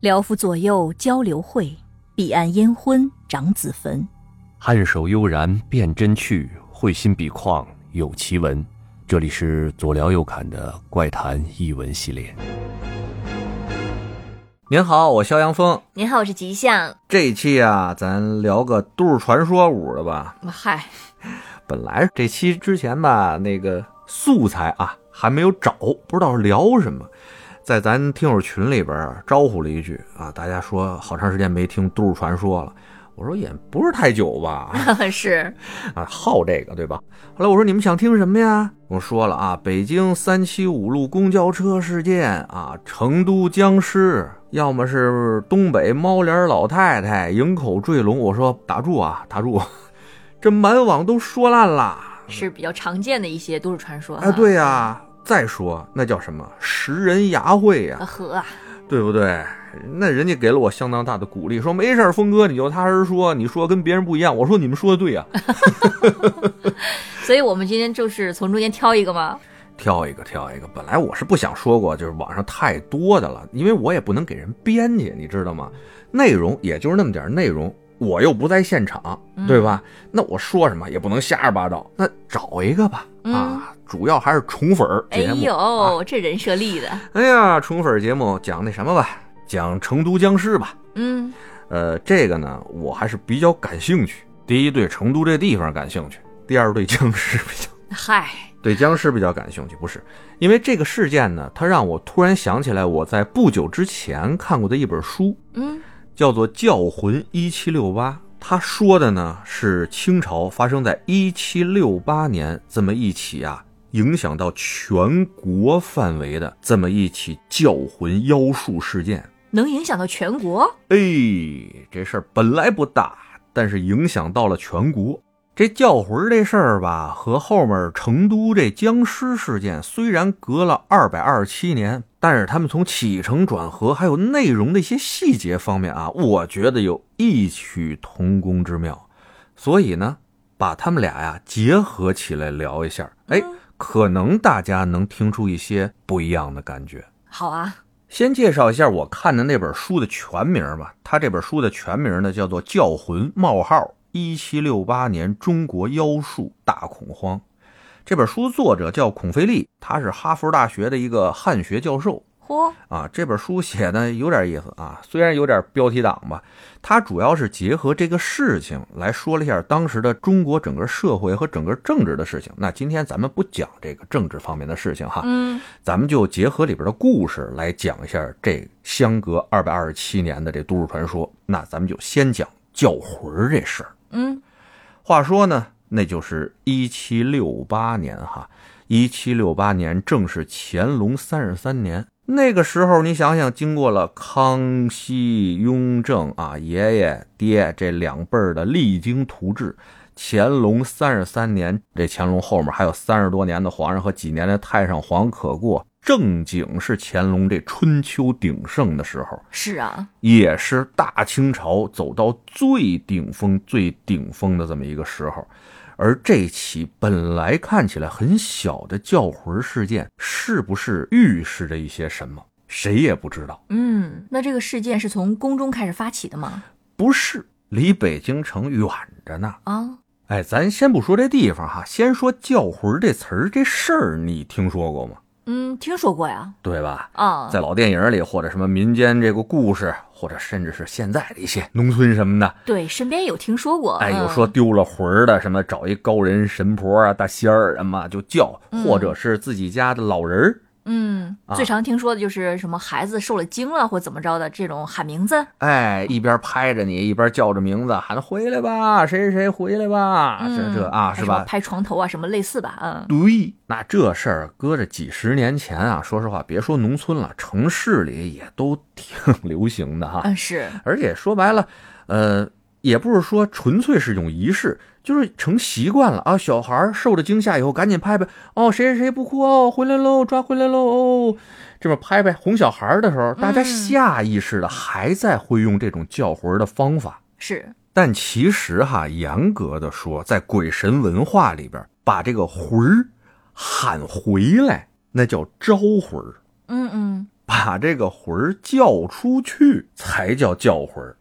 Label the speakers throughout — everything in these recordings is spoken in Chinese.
Speaker 1: 辽府左右交流会，彼岸烟婚长子坟。
Speaker 2: 颔首悠然辨真趣，会心笔况有奇文。这里是左聊右侃的怪谈译文系列。
Speaker 3: 您好，我肖阳峰。
Speaker 1: 您好，我是吉祥。
Speaker 3: 这一期啊，咱聊个都市传说五的吧。
Speaker 1: 嗨，
Speaker 3: 本来这期之前吧，那个素材啊还没有找，不知道聊什么，在咱听友群里边儿招呼了一句啊，大家说好长时间没听都市传说了。我说也不是太久吧，
Speaker 1: 是
Speaker 3: 啊，好这个对吧？后来我说你们想听什么呀？我说了啊，北京三七五路公交车事件啊，成都僵尸，要么是东北猫脸老太太营口坠龙。我说打住啊，打住， 这满网都说烂了。
Speaker 1: 是比较常见的一些都市传说。
Speaker 3: 哎，对呀、再说那叫什么食人牙慧呀、
Speaker 1: 啊，和啊，
Speaker 3: 对不对？那人家给了我相当大的鼓励，说没事儿，峰哥你就踏实说，你说跟别人不一样。我说你们说的对啊呀、
Speaker 1: 所以我们今天就是从中间挑一个嘛。
Speaker 3: 挑一个，挑一个。本来我是不想说过，就是网上太多的了，因为我也不能给人编去，你知道吗？内容也就是那么点儿内容，我又不在现场，
Speaker 1: 嗯
Speaker 3: 对吧？那我说什么也不能瞎说八道，那找一个吧。啊，主要还是宠粉儿
Speaker 1: 哎
Speaker 3: 节目。
Speaker 1: 呦，
Speaker 3: 啊
Speaker 1: 这人设立 的，
Speaker 3: 哎呀，宠粉儿节目讲那什么吧，讲成都僵尸吧。
Speaker 1: 嗯，
Speaker 3: 呃，这个呢，我还是比较感兴趣。第一，对成都这地方感兴趣；第二，对僵尸比较。
Speaker 1: 嗨，
Speaker 3: 对僵尸比较感兴趣，不是因为这个事件呢，它让我突然想起来我在不久之前看过的一本书，
Speaker 1: 嗯，
Speaker 3: 叫做《教魂一七六八》。他说的呢是清朝发生在一七六八年这么一起啊，影响到全国范围的这么一起教魂妖术事件。
Speaker 1: 能影响到全国，
Speaker 3: 哎，这事儿本来不大，但是影响到了全国。这叫魂儿这事儿吧，和后面成都这僵尸事件虽然隔了二百二十七年，但是他们从起承转合还有内容的一些细节方面啊，我觉得有异曲同工之妙。所以呢，把他们俩呀结合起来聊一下，哎，可能大家能听出一些不一样的感觉。
Speaker 1: 好啊，
Speaker 3: 先介绍一下我看的那本书的全名吧。它这本书的全名呢叫做《教魂：冒号一七六八年中国妖术大恐慌》。这本书作者叫孔飞利，他是哈佛大学的一个汉学教授。
Speaker 1: 嚯，
Speaker 3: 啊，这本书写的有点意思啊，虽然有点标题党吧，它主要是结合这个事情来说了一下当时的中国整个社会和整个政治的事情。那今天咱们不讲这个政治方面的事情哈，
Speaker 1: 嗯，
Speaker 3: 咱们就结合里边的故事来讲一下这相隔二百二十七年的这都市传说。那咱们就先讲叫魂儿这事儿。
Speaker 1: 嗯，
Speaker 3: 话说呢，那就是一七六八年哈，一七六八年正是乾隆三十三年。那个时候，你想想，经过了康熙、雍正啊，爷爷、爹这两辈儿的励精图治，乾隆三十三年，这乾隆后面还有三十多年的皇上和几年的太上皇可过，正经是乾隆这春秋鼎盛的时候。
Speaker 1: 是啊，
Speaker 3: 也是大清朝走到最顶峰、最顶峰的这么一个时候。而这起本来看起来很小的叫魂事件，是不是预示着一些什么？谁也不知道。
Speaker 1: 嗯，那这个事件是从宫中开始发起的吗？
Speaker 3: 不是，离北京城远着呢。
Speaker 1: 啊，
Speaker 3: 哎，咱先不说这地方哈，先说叫魂这词儿这事儿，你听说过吗？
Speaker 1: 嗯，听说过呀，
Speaker 3: 对吧？
Speaker 1: 啊，
Speaker 3: 在老电影里，或者什么民间这个故事，或者甚至是现在的一些农村什么的，
Speaker 1: 对，身边有听说过，
Speaker 3: 哎，
Speaker 1: 嗯
Speaker 3: 有说丢了魂儿的，什么找一高人神婆啊、大仙儿什么就叫，或者是自己家的老人儿。
Speaker 1: 嗯，
Speaker 3: 啊
Speaker 1: 最常听说的就是什么孩子受了惊了或怎么着的这种喊名字，
Speaker 3: 哎，一边拍着你，一边叫着名字，喊回来吧，谁谁谁回来吧，这
Speaker 1: 嗯
Speaker 3: 这啊，
Speaker 1: 还
Speaker 3: 是
Speaker 1: 什么
Speaker 3: 吧？
Speaker 1: 拍床头啊，什么类似吧，嗯
Speaker 3: 对，那这事儿搁着几十年前啊，说实话，别说农村了，城市里也都挺 流行的哈。
Speaker 1: 嗯是，
Speaker 3: 而且说白了，呃，也不是说纯粹是一种仪式，就是成习惯了啊。小孩儿受了惊吓以后，赶紧拍拍哦，谁谁谁不哭哦，回来喽，抓回来喽哦，这么拍拍哄小孩儿的时候，大家
Speaker 1: 嗯
Speaker 3: 下意识的还在会用这种叫魂儿的方法。
Speaker 1: 是，
Speaker 3: 但其实哈，严格的说，在鬼神文化里边，把这个魂儿喊回来，那叫招魂儿。
Speaker 1: 嗯嗯，
Speaker 3: 把这个魂儿叫出去才叫叫魂儿。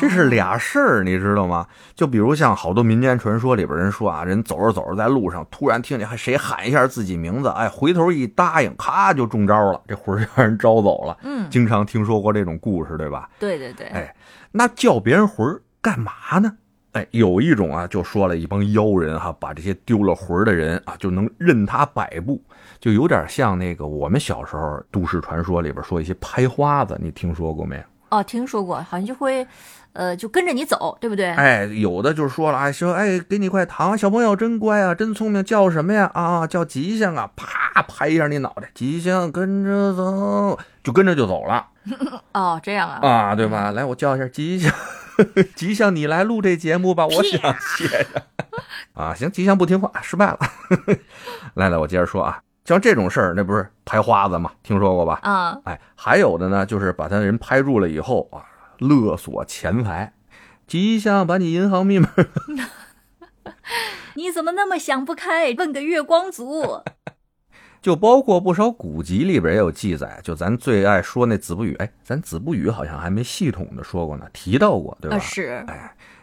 Speaker 3: 这是俩事儿，你知道吗？就比如像好多民间传说里边人说啊，人走着走着在路上，突然听见还谁喊一下自己名字，哎，回头一答应，咔就中招了，这魂儿让人招走了。
Speaker 1: 嗯，
Speaker 3: 经常听说过这种故事，对吧？
Speaker 1: 对对对，
Speaker 3: 哎那叫别人魂儿干嘛呢？哎，有一种啊，就说了一帮妖人哈、把这些丢了魂儿的人啊，就能任他摆布，就有点像那个我们小时候都市传说里边说一些拍花子，你听说过没有？
Speaker 1: 哦，听说过，好像就会，呃，就跟着你走，对不对？
Speaker 3: 哎，有的就说了，哎，说，哎，给你块糖，小朋友真乖啊，真聪明，叫什么呀？啊，叫吉祥啊，啪拍一下你脑袋，吉祥跟着走，就跟着就走了
Speaker 1: 哦，这样啊，
Speaker 3: 啊，对吧？来，我叫一下吉祥， 吉祥，你来录这节目吧，我想谢谢。啊，行，吉祥不听话，失败了。 来来，我接着说啊，像这种事儿，那不是拍花子吗？听说过吧？
Speaker 1: 啊，
Speaker 3: 哎，还有的呢，就是把他人拍住了以后啊，勒索钱财，吉祥把你银行密码，
Speaker 1: 你怎么那么想不开？问个月光 族，啊
Speaker 3: 就包括不少古籍里边也有记载，就咱最爱说那子不语，哎，咱子不语好像还没系统的说过呢，提到过，对吧
Speaker 1: 啊？是，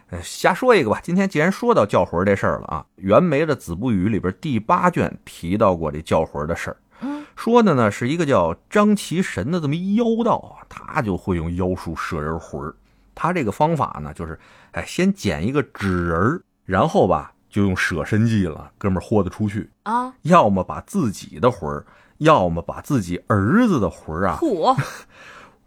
Speaker 3: 呃瞎说一个吧。今天既然说到叫魂这事儿了啊，袁枚的《子不语》里边第八卷提到过这叫魂的事儿。
Speaker 1: 嗯，
Speaker 3: 说的呢是一个叫张其神的这么一妖道啊，他就会用妖术摄人魂儿。他这个方法呢，就是哎，先捡一个纸人儿，然后吧就用舍身计了，哥们儿豁得出去。
Speaker 1: 啊，
Speaker 3: 要么把自己的魂儿，要么把自己儿子的魂儿啊
Speaker 1: 苦，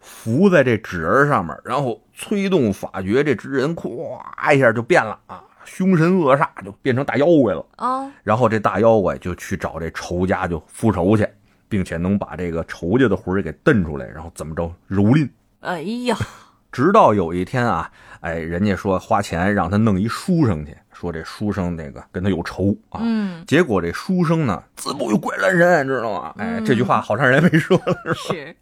Speaker 3: 浮在这纸人上面，然后催动法诀，这纸人咵一下就变了啊，凶神恶煞就变成大妖怪了。
Speaker 1: 啊，
Speaker 3: 然后这大妖怪就去找这仇家就复仇去，并且能把这个仇家的魂儿给蹬出来，然后怎么着蹂躏。
Speaker 1: 哎呀，
Speaker 3: 直到有一天啊，哎，人家说花钱让他弄一书生去，说这书生那个跟他有仇啊。
Speaker 1: 嗯，
Speaker 3: 结果这书生呢，自不与怪烂人，知道吗？哎，
Speaker 1: 嗯
Speaker 3: 这句话好长时间没说了。
Speaker 1: 是，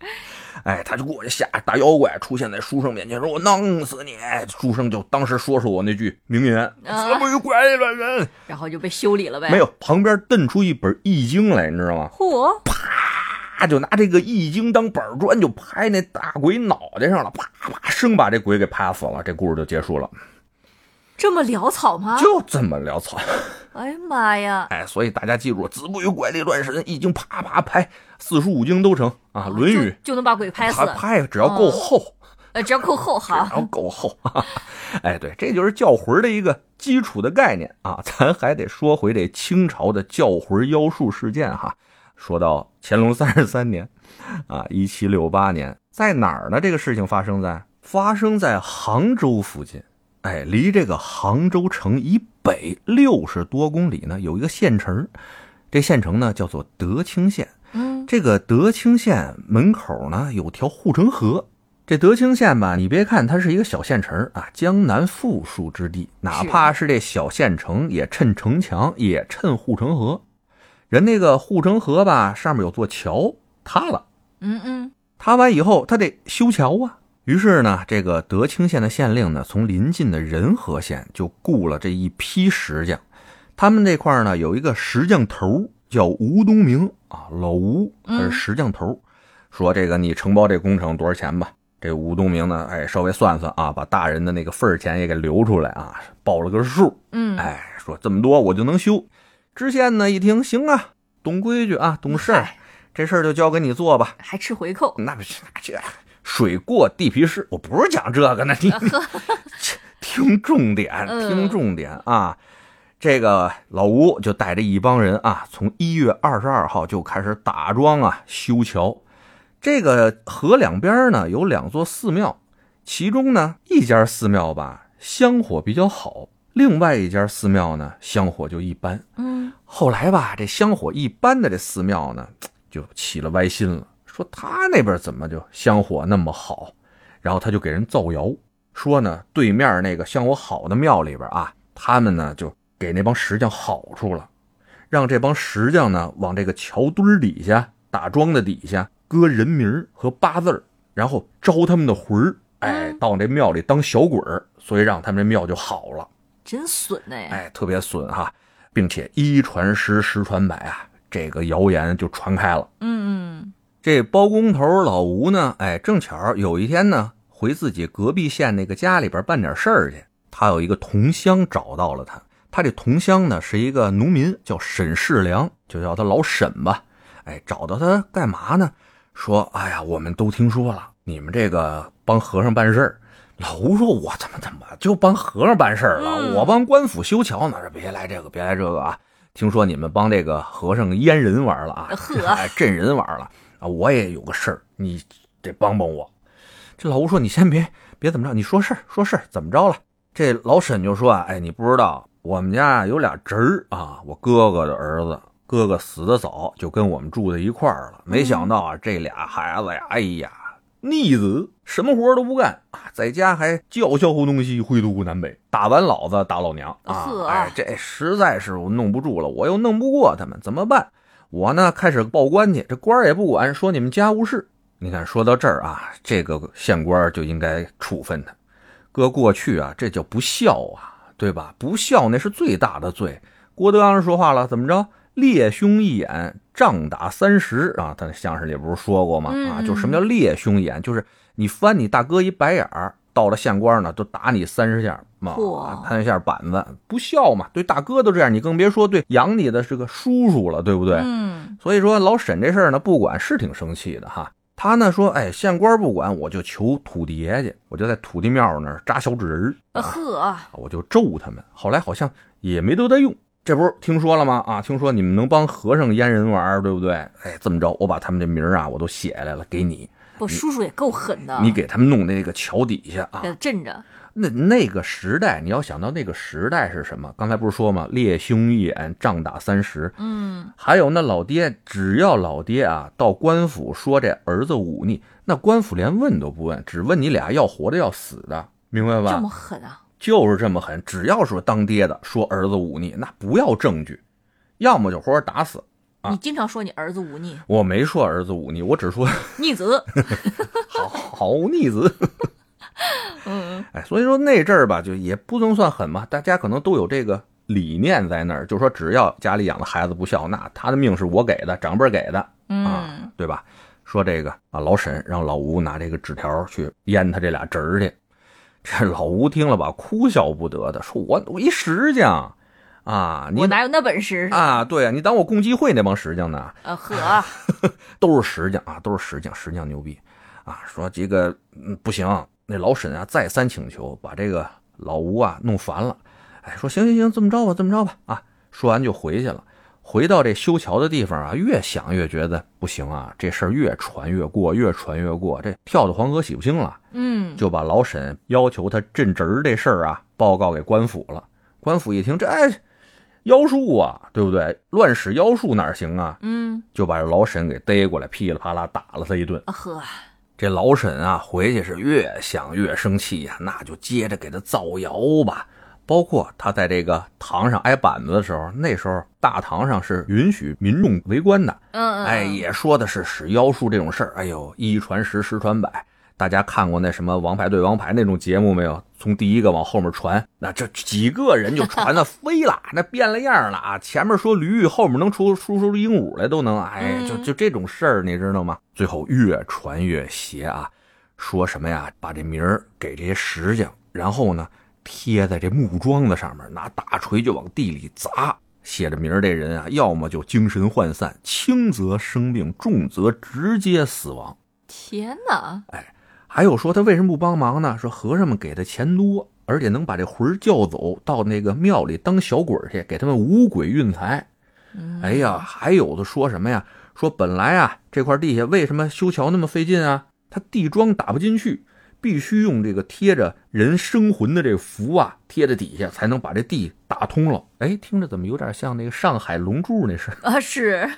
Speaker 3: 哎，他就过去吓大妖怪出现在书生面前，说我弄死你！书生就当时说出我那句名言：“
Speaker 1: 啊
Speaker 3: 死不与怪力乱神。
Speaker 1: 然后就被修理了呗。
Speaker 3: 没，有，旁边瞪出一本《易经》来，你知道吗？
Speaker 1: 嚯，
Speaker 3: 啪，就拿这个《易经》当板砖，就拍那大鬼脑袋上了，啪啪，生把这鬼给拍死了。这故事就结束了，
Speaker 1: 这么潦草吗？
Speaker 3: 就这么潦草。
Speaker 1: 哎呀妈呀，
Speaker 3: 哎，所以大家记住，子不语怪力乱神，《易经》啪啪拍，四书五经都成啊，《论语》
Speaker 1: 就就能把鬼拍死
Speaker 3: 啪，拍，只要够厚。
Speaker 1: 呃，只要够厚
Speaker 3: 然
Speaker 1: 好。
Speaker 3: 后 够厚。哎，对，这就是叫魂儿的一个基础的概念啊。 咱还得说回这清朝的叫魂妖术事件哈。说到乾隆三十三年，啊，一七六八年，在哪儿呢？这个事情发生在发生在杭州附近，哎，离这个杭州城以北六十多公里呢，有一个县城，这县城呢叫做德清县。
Speaker 1: 嗯，
Speaker 3: 这个德清县门口呢有条护城河。这德清县吧，你别看它是一个小县城儿啊，江南富庶之地，哪怕是这小县城，也趁城墙，也趁护城河。人那个护城河吧，上面有座桥塌了，
Speaker 1: 嗯嗯，
Speaker 3: 塌完以后，他得修桥啊。于是呢，这个德清县的县令呢，从邻近的仁和县就雇了这一批石匠。他们这块儿呢，有一个石匠头叫吴东明啊，老吴他
Speaker 1: 嗯
Speaker 3: 是石匠头，说这个你承包这工程多少钱吧？这吴东明呢，哎，稍微算算啊，把大人的那个份儿钱也给留出来啊，报了个数。
Speaker 1: 嗯，
Speaker 3: 哎，说这么多我就能修。知县呢一听，行啊，懂规矩啊，懂事儿
Speaker 1: 嗨，
Speaker 3: 这事儿就交给你做吧。
Speaker 1: 还吃回扣，
Speaker 3: 那不是这水过地皮湿，我不是讲这个呢，你听重点，
Speaker 1: 嗯
Speaker 3: 听重点啊！这个老吴就带着一帮人啊，从一月二十二号就开始打桩啊，修桥。这个河两边呢有两座寺庙，其中呢一家寺庙吧香火比较好，另外一家寺庙呢香火就一般。
Speaker 1: 嗯，
Speaker 3: 后来吧，这香火一般的这寺庙呢，就起了歪心了，说他那边怎么就香火那么好？然后他就给人造谣，说呢对面那个香火好的庙里边啊，他们呢就给那帮石匠好处了，让这帮石匠呢往这个桥墩儿底下打桩的底下搁人名儿和八字儿，然后招他们的魂儿，哎
Speaker 1: 嗯，
Speaker 3: 到这庙里当小鬼儿，所以让他们这庙就好了。
Speaker 1: 真损呢、
Speaker 3: 哎，特别损哈，并且一传十，十传百啊，这个谣言就传开了。
Speaker 1: 嗯嗯，
Speaker 3: 这包工头老吴呢，哎，正巧有一天呢，回自己隔壁县那个家里边办点事儿去，他有一个同乡找到了他。他这同乡呢是一个农民，叫沈世良，就叫他老沈吧。哎，找到他干嘛呢？说，哎呀，我们都听说了，你们这个帮和尚办事儿。老吴说：“我怎么怎么就帮和尚办事儿了？
Speaker 1: 嗯
Speaker 3: 我帮官府修桥呢，别来这个，别来这个啊！听说你们帮这个和尚阉人玩了啊，
Speaker 1: 呵
Speaker 3: 哎，镇人玩了啊！我也有个事儿，你得帮帮我。”这老吴说：“你先别别怎么着，你说事儿说事儿，怎么着了？”这老沈就说：“啊，哎，你不知道，我们家有俩侄儿啊，我哥哥的儿子，哥哥死的早，就跟我们住在一块儿了。没想到啊，这俩孩子呀，哎呀，逆子，什么活儿都不干啊，在家还叫嚣乎东西，挥都湖南北，打完老子打老娘啊
Speaker 1: 呵！
Speaker 3: 哎，这实在是我弄不住了，我又弄不过他们，怎么办？我呢开始报官去，这官儿也不管，说你们家务事。你看，说到这儿啊，这个县官就应该处分他。搁过去啊，这叫不孝啊，对吧？不孝那是最大的罪。郭德纲说话了，怎么着？列兄一眼，杖打三十啊！他那相声里不是说过吗？
Speaker 1: 嗯
Speaker 3: 啊，
Speaker 1: 嗯
Speaker 3: 就什么叫列兄一眼，就是你翻你大哥一白眼儿，到了县官呢，都打你三十下嘛啊
Speaker 1: 嚯，
Speaker 3: 摊一下板子，不孝嘛，对大哥都这样，你更别说对养你的这个叔叔了，对不对？
Speaker 1: 嗯，
Speaker 3: 所以说老沈这事儿呢，不管是挺生气的哈。他呢说，哎，县官不管，我就求土地爷去，我就在土地庙那儿扎小纸人儿、
Speaker 1: 呃
Speaker 3: 啊
Speaker 1: 呵，
Speaker 3: 我就咒他们。后来好像也没得再用，这不是听说了吗？啊，听说你们能帮和尚阉人玩儿，对不对？哎，这么着，我把他们这名儿啊，我都写下来了，给你，
Speaker 1: 不，叔叔也够狠的，
Speaker 3: 你给他们弄那个桥底下啊
Speaker 1: 给，他镇着，
Speaker 3: 那那个时代，你要想到那个时代是什么？刚才不是说吗？列兄一眼，杖打三十。
Speaker 1: 嗯，
Speaker 3: 还有那老爹，只要老爹啊到官府说这儿子忤逆，那官府连问都不问，只问你俩要活的要死的，明白
Speaker 1: 这
Speaker 3: 吧
Speaker 1: 么？狠啊，
Speaker 3: 就是这么狠，只要说当爹的说儿子忤逆，那不要证据，要么就活活打死。啊
Speaker 1: 你经常说你儿子忤逆，
Speaker 3: 我没说儿子忤逆，我只说
Speaker 1: 逆 子，
Speaker 3: 好好逆子。
Speaker 1: 嗯，
Speaker 3: 哎，所以说那阵儿吧，就也不能算狠嘛，大家可能都有这个理念在那儿，就说只要家里养的孩子不孝，那他的命是我给的，长辈儿给的，
Speaker 1: 嗯
Speaker 3: 啊，对吧？说这个啊，老沈让老吴拿这个纸条去阉他这俩侄儿去，这老吴听了吧，哭笑不得的，说我我一石匠啊，你
Speaker 1: 我哪有那本事？
Speaker 3: 啊，对啊，你当我共济会那帮石匠呢？
Speaker 1: 呃呵，
Speaker 3: 都是石匠啊，都是石匠，石匠牛逼啊！说这个、嗯、不行，那老沈啊再三请求，把这个老吴啊弄烦了。哎，说行行行，这么着吧，这么着吧啊！说完就回去了。回到这修桥的地方啊，越想越觉得不行啊，这事儿越传越过，越传越过，这跳到黄河洗不清了。
Speaker 1: 嗯，
Speaker 3: 就把老沈要求他镇侄儿这事儿啊报告给官府了。官府一听，这哎妖术啊，对不对？乱使妖术哪儿行啊？
Speaker 1: 嗯，
Speaker 3: 就把这老沈给逮过来，噼里啪啦打了他一顿。
Speaker 1: 呃呵，
Speaker 3: 这老沈啊，回去是越想越生气呀、那就接着给他造谣吧。包括他在这个堂上挨板子的时候，那时候大堂上是允许民众围观的，
Speaker 1: 嗯嗯，
Speaker 3: 哎，也说的是使妖术这种事儿。哎呦，一传十，十传百。大家看过那什么《王牌对王牌》那种节目没有？从第一个往后面传，那这几个人就传的飞了，那变了样了啊！前面说驴，后面能出出出鹦鹉来都能，哎，
Speaker 1: 嗯
Speaker 3: 就就这种事儿，你知道吗？最后越传越邪啊，说什么呀？把这名儿给这些石匠，然后呢贴在这木桩子上面，拿大锤就往地里砸。写着名儿这人啊，要么就精神涣散，轻则生病，重则直接死亡。
Speaker 1: 天哪，
Speaker 3: 还有说他为什么不帮忙呢？说和尚们给的钱多，而且能把这魂儿叫走，到那个庙里当小鬼儿去，给他们五鬼运财。
Speaker 1: 嗯
Speaker 3: 哎呀，还有的说什么呀？说本来啊这块地下为什么修桥那么费劲啊？他地桩打不进去，必须用这个贴着人生魂的这个符啊贴在底下，才能把这地打通了。哎，听着怎么有点像那个上海龙柱那事儿？
Speaker 1: 啊是，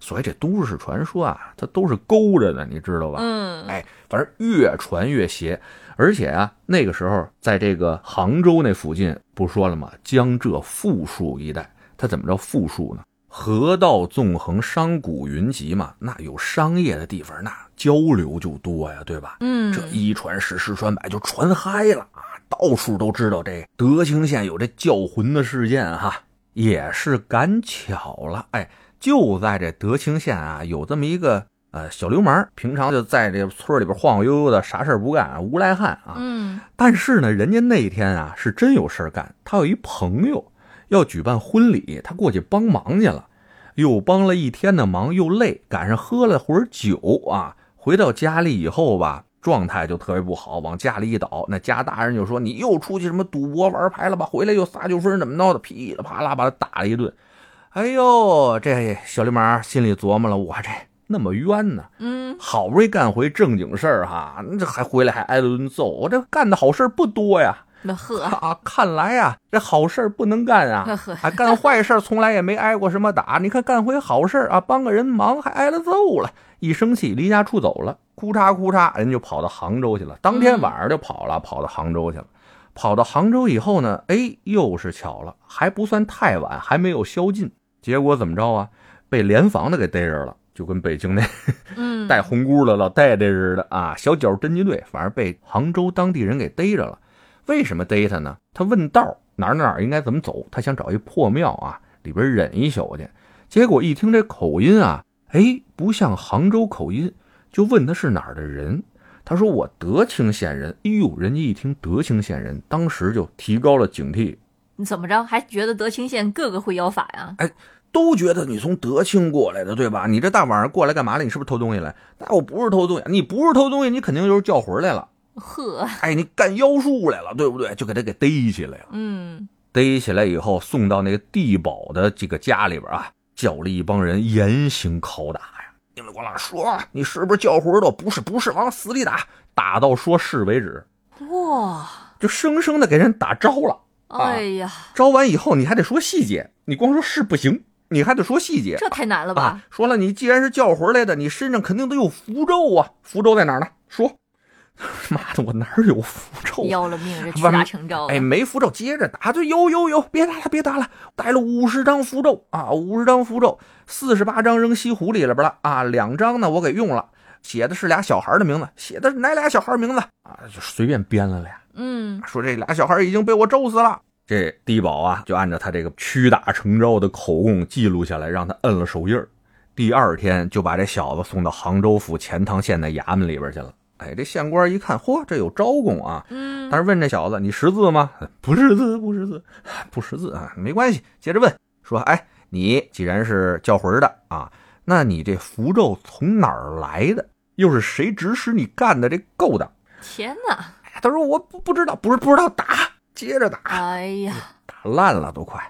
Speaker 3: 所以这都市传说啊，它都是勾着的，你知道吧？
Speaker 1: 嗯，
Speaker 3: 哎，反正越传越邪，而且啊，那个时候在这个杭州那附近，不说了吗？江浙富庶一带，它怎么着富庶呢？河道纵横，商贾云集嘛，那有商业的地方，那交流就多呀，对吧？
Speaker 1: 嗯，
Speaker 3: 这一传十，十传百，就传嗨了啊！到处都知道这德清县有这叫魂的事件哈、也是赶巧了，哎，就在这德清县啊，有这么一个呃，小流氓平常就在这村里边晃晃悠悠的，啥事儿不干，无赖汉啊。
Speaker 1: 嗯
Speaker 3: 但是呢，人家那一天啊是真有事儿干，他有一朋友要举办婚礼，他过去帮忙去了，又帮了一天的忙，又累，赶上喝了会儿酒啊，回到家里以后吧，状态就特别不好，往家里一倒，那家大人就说你又出去什么赌博玩牌了吧，回来又撒酒疯怎么闹的，噼里啪啦把他打了一顿。哎呦，这小流氓心里琢磨了，我这那么冤呢、
Speaker 1: 嗯，
Speaker 3: 好不容易干回正经事儿哈，这还回来还挨了顿揍，我这干的好事儿不多呀。
Speaker 1: 那呵，
Speaker 3: 啊，看来啊，这好事儿不能干啊，
Speaker 1: 呵
Speaker 3: 啊，干坏事儿从来也没挨过什么打。你看干回好事儿啊，帮个人忙还挨了揍了，一生气离家出走了，哭嚓哭嚓，人就跑到杭州去了。当
Speaker 1: 嗯
Speaker 3: 天晚上就跑了，跑到杭州去了。跑到杭州以后呢，哎，又是巧了，还不算太晚，还没有宵禁。结果怎么着啊？被联防的给逮着了，就跟北京那
Speaker 1: 嗯，
Speaker 3: 带红箍的老戴这似的啊，小脚侦缉队，反而被杭州当地人给逮着了。为什么逮他呢？他问道哪儿哪儿应该怎么走，他想找一破庙啊，里边忍一宿去。结果一听这口音啊，哎，不像杭州口音，就问他是哪儿的人。他说我德清县人。哎呦，人家一听德清县人，当时就提高了警惕，
Speaker 1: 你怎么着还觉得德清县个个会妖法呀？
Speaker 3: 都觉得你从德清过来的，对吧？你这大晚上过来干嘛来？你是不是偷东西来？那我不是偷东西，你不是偷东西，你肯定就是叫魂儿来了。
Speaker 1: 呵，
Speaker 3: 哎，你干妖术来了，对不对？就给他给逮起来了。
Speaker 1: 嗯
Speaker 3: 逮起来以后，送到那个地保的这个家里边啊，叫了一帮人严刑拷打呀，叮里咣啷说，你是不是叫魂儿的？不是，不是，往死里打，打到说是为止，
Speaker 1: 哇，
Speaker 3: 就生生的给人打招了。
Speaker 1: 哎呀，
Speaker 3: 招完以后，你还得说细节，你光说是不行，你还得说细节。
Speaker 1: 这太难了
Speaker 3: 啊
Speaker 1: 吧？，
Speaker 3: 说了，你既然是叫魂来的，你身上肯定得有符咒啊，符咒在哪儿呢？说， 妈的，我哪儿有符咒、啊？
Speaker 1: 要了命，这屈
Speaker 3: 完
Speaker 1: 打成招了
Speaker 3: 哎，。没符咒，接着打，就有有有，别打了，别打了，带了五十张符咒啊，五十张符咒，四十八张扔西湖里里边了啊，两张呢我给用了，写的是俩小孩的名字，写的是哪俩小孩名字啊，就随便编了俩，
Speaker 1: 嗯，
Speaker 3: 说这俩小孩已经被我咒死了。这低保啊，就按照他这个屈打成招的口供记录下来，让他摁了手印儿。第二天就把这小子送到杭州府钱塘县的衙门里边去了。哎，这县官一看，嚯，这有招供啊！
Speaker 1: 嗯，
Speaker 3: 但是问这小子：“你识字吗？”“ 不识字，不识字， 不识字啊，没关系。”接着问说：“哎，你既然是叫魂儿的啊，那你这符咒从哪儿来的？又是谁指使你干的这勾当
Speaker 1: 天哪，？”
Speaker 3: 哎他说：“我不不知道，不是不知道。”打，接着打，
Speaker 1: 哎呀，
Speaker 3: 打烂了都快。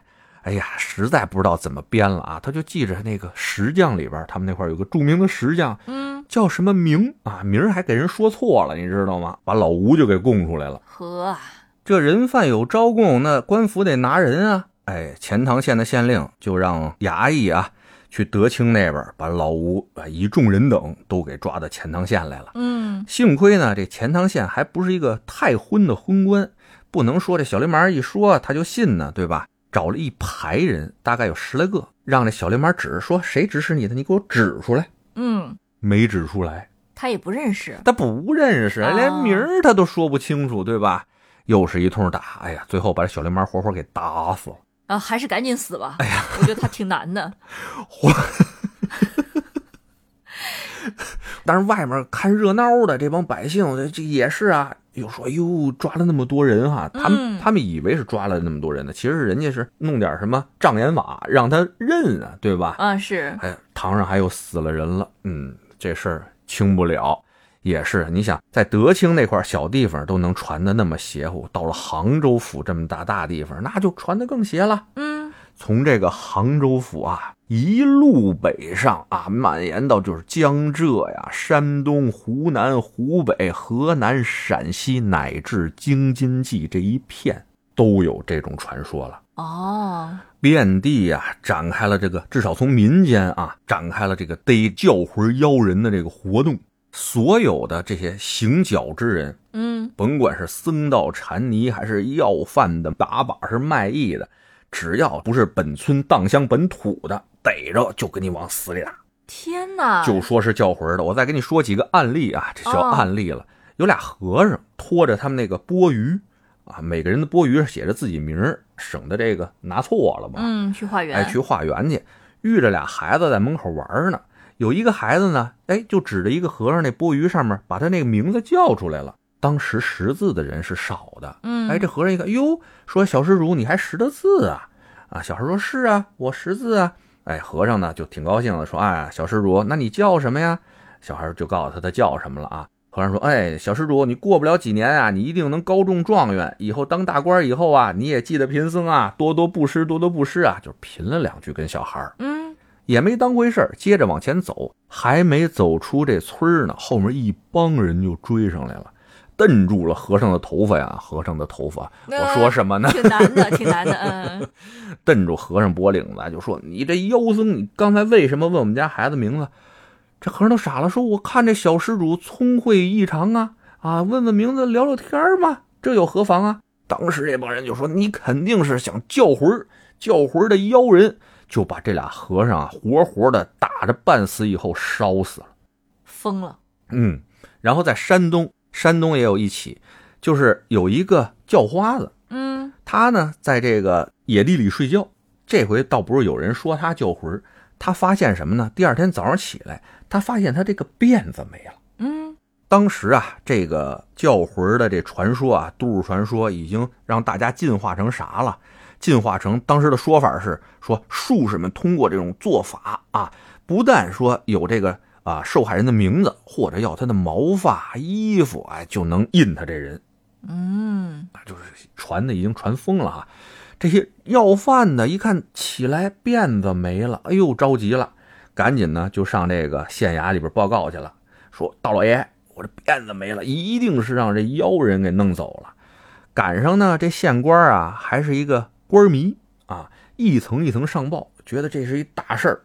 Speaker 3: 哎呀，实在不知道怎么编了啊！他就记着那个石匠里边，他们那块儿有个著名的石匠，
Speaker 1: 嗯，
Speaker 3: 叫什么名啊？名儿还给人说错了，你知道吗？把老吴就给供出来了。
Speaker 1: 呵啊，
Speaker 3: 这人犯有招供，那官府得拿人啊。哎，钱塘县的县令就让衙役啊去德清那边把老吴啊一众人等都给抓到钱塘县来了。
Speaker 1: 嗯，
Speaker 3: 幸亏呢，这钱塘县还不是一个太昏的昏官，不能说这小流氓一说他就信呢，对吧？找了一排人，大概有十来个，让这小流氓指说谁指使你的，你给我指出来。
Speaker 1: 嗯，
Speaker 3: 没指出来，
Speaker 1: 他也不认识，
Speaker 3: 他不认识，
Speaker 1: 哦
Speaker 3: 连名儿他都说不清楚，对吧？又是一通打，哎呀，最后把这小流氓活活给打死了。
Speaker 1: 啊，还是赶紧死吧。哎呀，我觉得他挺难 的。
Speaker 3: 但是外面看热闹的这帮百姓，这这也是啊，又说哟，抓了那么多人哈、他们、
Speaker 1: 嗯
Speaker 3: 他们以为是抓了那么多人呢，其实人家是弄点什么障眼法让他认啊，对吧？
Speaker 1: 啊，是，
Speaker 3: 哎，堂上还有死了人了，嗯，这事儿轻不了。也是，你想在德清那块小地方都能传的那么邪乎，到了杭州府这么大大地方，那就传的更邪了。
Speaker 1: 嗯，
Speaker 3: 从这个杭州府啊，一路北上啊，蔓延到就是江浙呀、山东、湖南、湖北、河南、陕西，乃至京津冀这一片，都有这种传说了。
Speaker 1: 哦，
Speaker 3: 遍地呀、展开了这个，至少从民间啊，展开了这个逮叫魂妖人的这个活动。所有的这些行脚之人，
Speaker 1: 嗯，
Speaker 3: 甭管是僧道禅尼，还是要饭的、把把是卖艺的，只要不是本村荡乡本土的，逮着就给你往死里打，
Speaker 1: 天哪，
Speaker 3: 就说是叫魂儿的。我再给你说几个案例啊，这小
Speaker 1: 啊哦
Speaker 3: 案例了。有俩和尚拖着他们那个钵盂啊，每个人的钵盂上写着自己名儿，省得这个拿错了嘛。哎
Speaker 1: 嗯，去化缘，
Speaker 3: 哎，去化缘去，遇着俩孩子在门口玩呢。有一个孩子呢，哎，就指着一个和尚那钵盂上面，把他那个名字叫出来了。当时识字的人是少的，
Speaker 1: 嗯，
Speaker 3: 哎，这和尚一看，哟，说小施主你还识得字啊？啊，小孩说是啊，我识字啊。哎，和尚呢就挺高兴的，说，哎，小施主，那你叫什么呀？小孩就告诉他他叫什么了啊。和尚说，哎，小施主，你过不了几年啊，你一定能高中状元，以后当大官以后啊，你也记得贫僧啊，多多布施，多多布施啊，就贫了两句跟小孩儿。
Speaker 1: 嗯
Speaker 3: 也没当回事儿，接着往前走，还没走出这村儿呢，后面一帮人就追上来了，瞪住了和尚的头发呀！和尚的头发，
Speaker 1: 那
Speaker 3: 我说什么呢？
Speaker 1: 挺难 的，挺难的，嗯，
Speaker 3: 瞪住和尚脖领子，就说：“你这妖僧，你刚才为什么问我们家孩子名字？”这和尚都傻了，说：“我看这小施主聪慧异常啊，啊，问问名字，聊聊天儿嘛，这有何妨啊？”当时这帮人就说：“你肯定是想叫魂儿，叫魂儿的妖人。”就把这俩和尚啊，活活的打着半死以后烧死了。
Speaker 1: 疯了，
Speaker 3: 嗯，然后在山东，山东也有一起，就是有一个叫花子，
Speaker 1: 嗯
Speaker 3: 他呢在这个野地里睡觉。这回倒不是有人说他叫魂儿，他发现什么呢？第二天早上起来，他发现他这个辫子没了。
Speaker 1: 嗯
Speaker 3: 当时啊，这个叫魂儿的这传说啊，都市传说已经让大家进化成啥了？进化成当时的说法是说，术士们通过这种做法啊，不但说有这个啊受害人的名字，或者要他的毛发、衣服，哎，就能印他这人。
Speaker 1: 嗯，
Speaker 3: 传的已经传疯了啊！这些要饭的一看起来辫子没了，哎呦着急了，赶紧呢就上这个县衙里边报告去了，说道老爷，我这辫子没了，一定是让这妖人给弄走了。赶上呢，这县官啊还是一个官迷啊，一层一层上报，觉得这是一大事儿，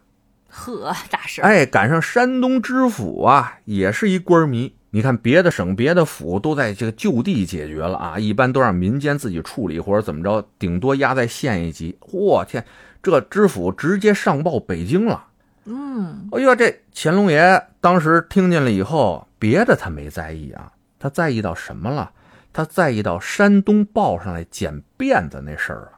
Speaker 1: 呵，大事，
Speaker 3: 哎，赶上山东知府啊，也是一官迷。你看别的省、别的府都在这个就地解决了啊，一般都让民间自己处理或者怎么着，顶多压在县一级。我天，这知府直接上报北京了。
Speaker 1: 嗯
Speaker 3: 哎呦，这乾隆爷当时听见了以后，别的他没在意啊，他在意到什么了？他在意到山东报上来剪辫子那事儿了。啊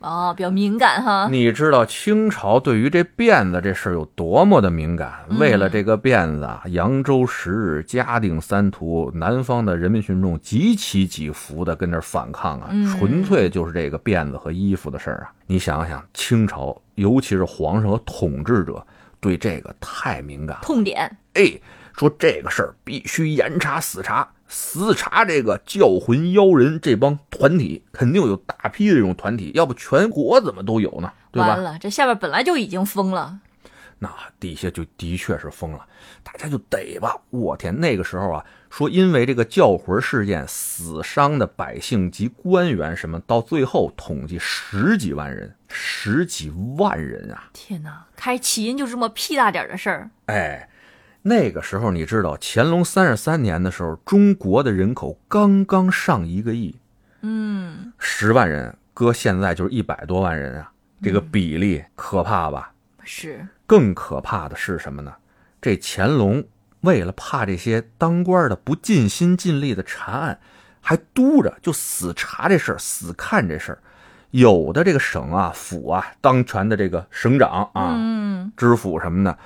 Speaker 1: 哦，比较敏感哈，
Speaker 3: 你知道清朝对于这辫子这事儿有多么的敏感？
Speaker 1: 嗯
Speaker 3: 为了这个辫子啊，扬州十日、嘉定三屠，南方的人民群众极其几伏的跟那儿反抗啊，
Speaker 1: 嗯
Speaker 3: 纯粹就是这个辫子和衣服的事儿啊。你想想，清朝尤其是皇上和统治者对这个太敏感了。
Speaker 1: 痛点，
Speaker 3: 哎，说这个事儿必须严查死查，死查这个教魂妖人这帮团体，肯定有大批的这种团体，要不全国怎么都有呢？对
Speaker 1: 完
Speaker 3: 吧？
Speaker 1: 了，这下边本来就已经疯了，
Speaker 3: 那底下就的确是疯了，大家就逮吧！我天，那个时候啊，说因为这个叫魂事件死伤的百姓及官员什么，到最后统计十几万人，十几万人啊！
Speaker 1: 天哪，开起因就是这么屁大点儿的事儿，
Speaker 3: 哎，那个时候你知道，乾隆三十三年的时候，中国的人口刚刚上一个亿，
Speaker 1: 嗯，
Speaker 3: 十万人，搁现在就是一百多万人啊，这个比例可怕吧？
Speaker 1: 是，
Speaker 3: 更可怕的是什么呢？这乾隆为了怕这些当官的不尽心尽力的查案，还督着就死查这事儿，死看这事儿。有的这个省啊、府啊、当权的这个省长啊、
Speaker 1: 嗯
Speaker 3: 知府什么的，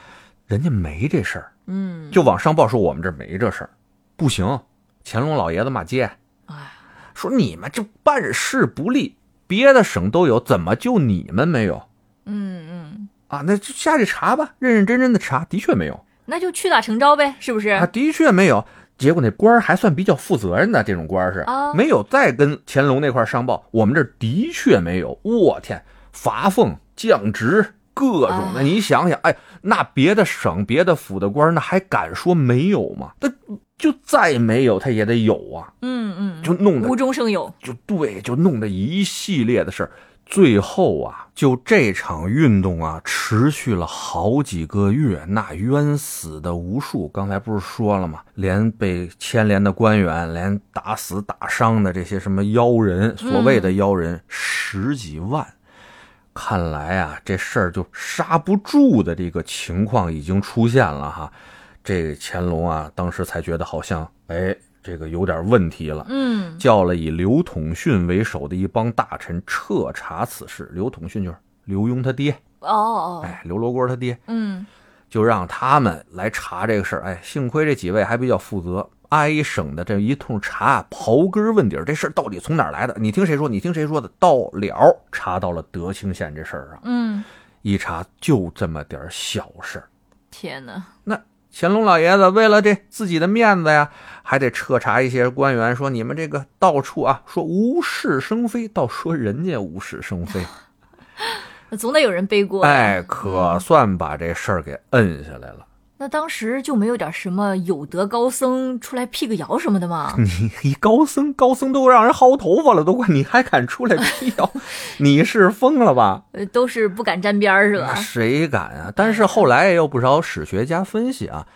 Speaker 3: 人家没这事儿，
Speaker 1: 嗯，
Speaker 3: 就往上报说我们这儿没这事儿，不行。乾隆老爷子骂街，
Speaker 1: 哎，
Speaker 3: 说你们这办事不力，别的省都有，怎么就你们没有
Speaker 1: 嗯嗯，
Speaker 3: 啊？那就下去查吧，认认真真的查，的确没有。
Speaker 1: 那就屈打成招呗，是不是？
Speaker 3: 啊，的确没有。结果那官儿还算比较负责任的，这种官儿是、
Speaker 1: 啊
Speaker 3: 没有再跟乾隆那块儿上报，我们这儿的确没有。我天，罚俸、降职，各种
Speaker 1: 啊
Speaker 3: 的，你想想，哎，那别的省、别的府的官儿，那还敢说没有吗？那就再没有，他也得有啊，
Speaker 1: 嗯嗯，
Speaker 3: 就弄得
Speaker 1: 无中生有，
Speaker 3: 就对，就弄得一系列的事儿。最后啊，就这场运动啊，持续了好几个月，那冤死的无数。刚才不是说了吗？连被牵连的官员，连打死打伤的这些什么妖人，所谓的妖人、十几万。看来啊，这事儿就刹不住的这个情况已经出现了哈。这乾隆啊，当时才觉得好像，哎，这个有点问题了。
Speaker 1: 嗯
Speaker 3: 叫了以刘统勋为首的一帮大臣彻查此事。刘统勋就是刘墉他爹，
Speaker 1: 哦哦，
Speaker 3: 哎，刘罗锅他爹。
Speaker 1: 嗯
Speaker 3: 就让他们来查这个事儿。哎，幸亏这几位还比较负责，挨省的这一通查，刨根问底儿，这事儿到底从哪儿来的？你听谁说？你听谁说的？到了查到了德清县这事儿上，
Speaker 1: 嗯，
Speaker 3: 一查就这么点儿小事儿。
Speaker 1: 天哪，
Speaker 3: 乾隆老爷子为了这自己的面子呀，还得彻查一些官员，说你们这个到处啊，说无事生非，倒说人家无事生非，
Speaker 1: 总得有人背锅呀。
Speaker 3: 哎，可算把这事儿给摁下来了。
Speaker 1: 那当时就没有点什么有德高僧出来辟个谣什么的吗？
Speaker 3: 嗯你高僧，高僧都让人薅头发了，都快，你还敢出来辟谣？你是疯了吧？
Speaker 1: 呃，都是不敢沾边儿是吧
Speaker 3: 那？谁敢啊？但是后来也有不少史学家分析啊，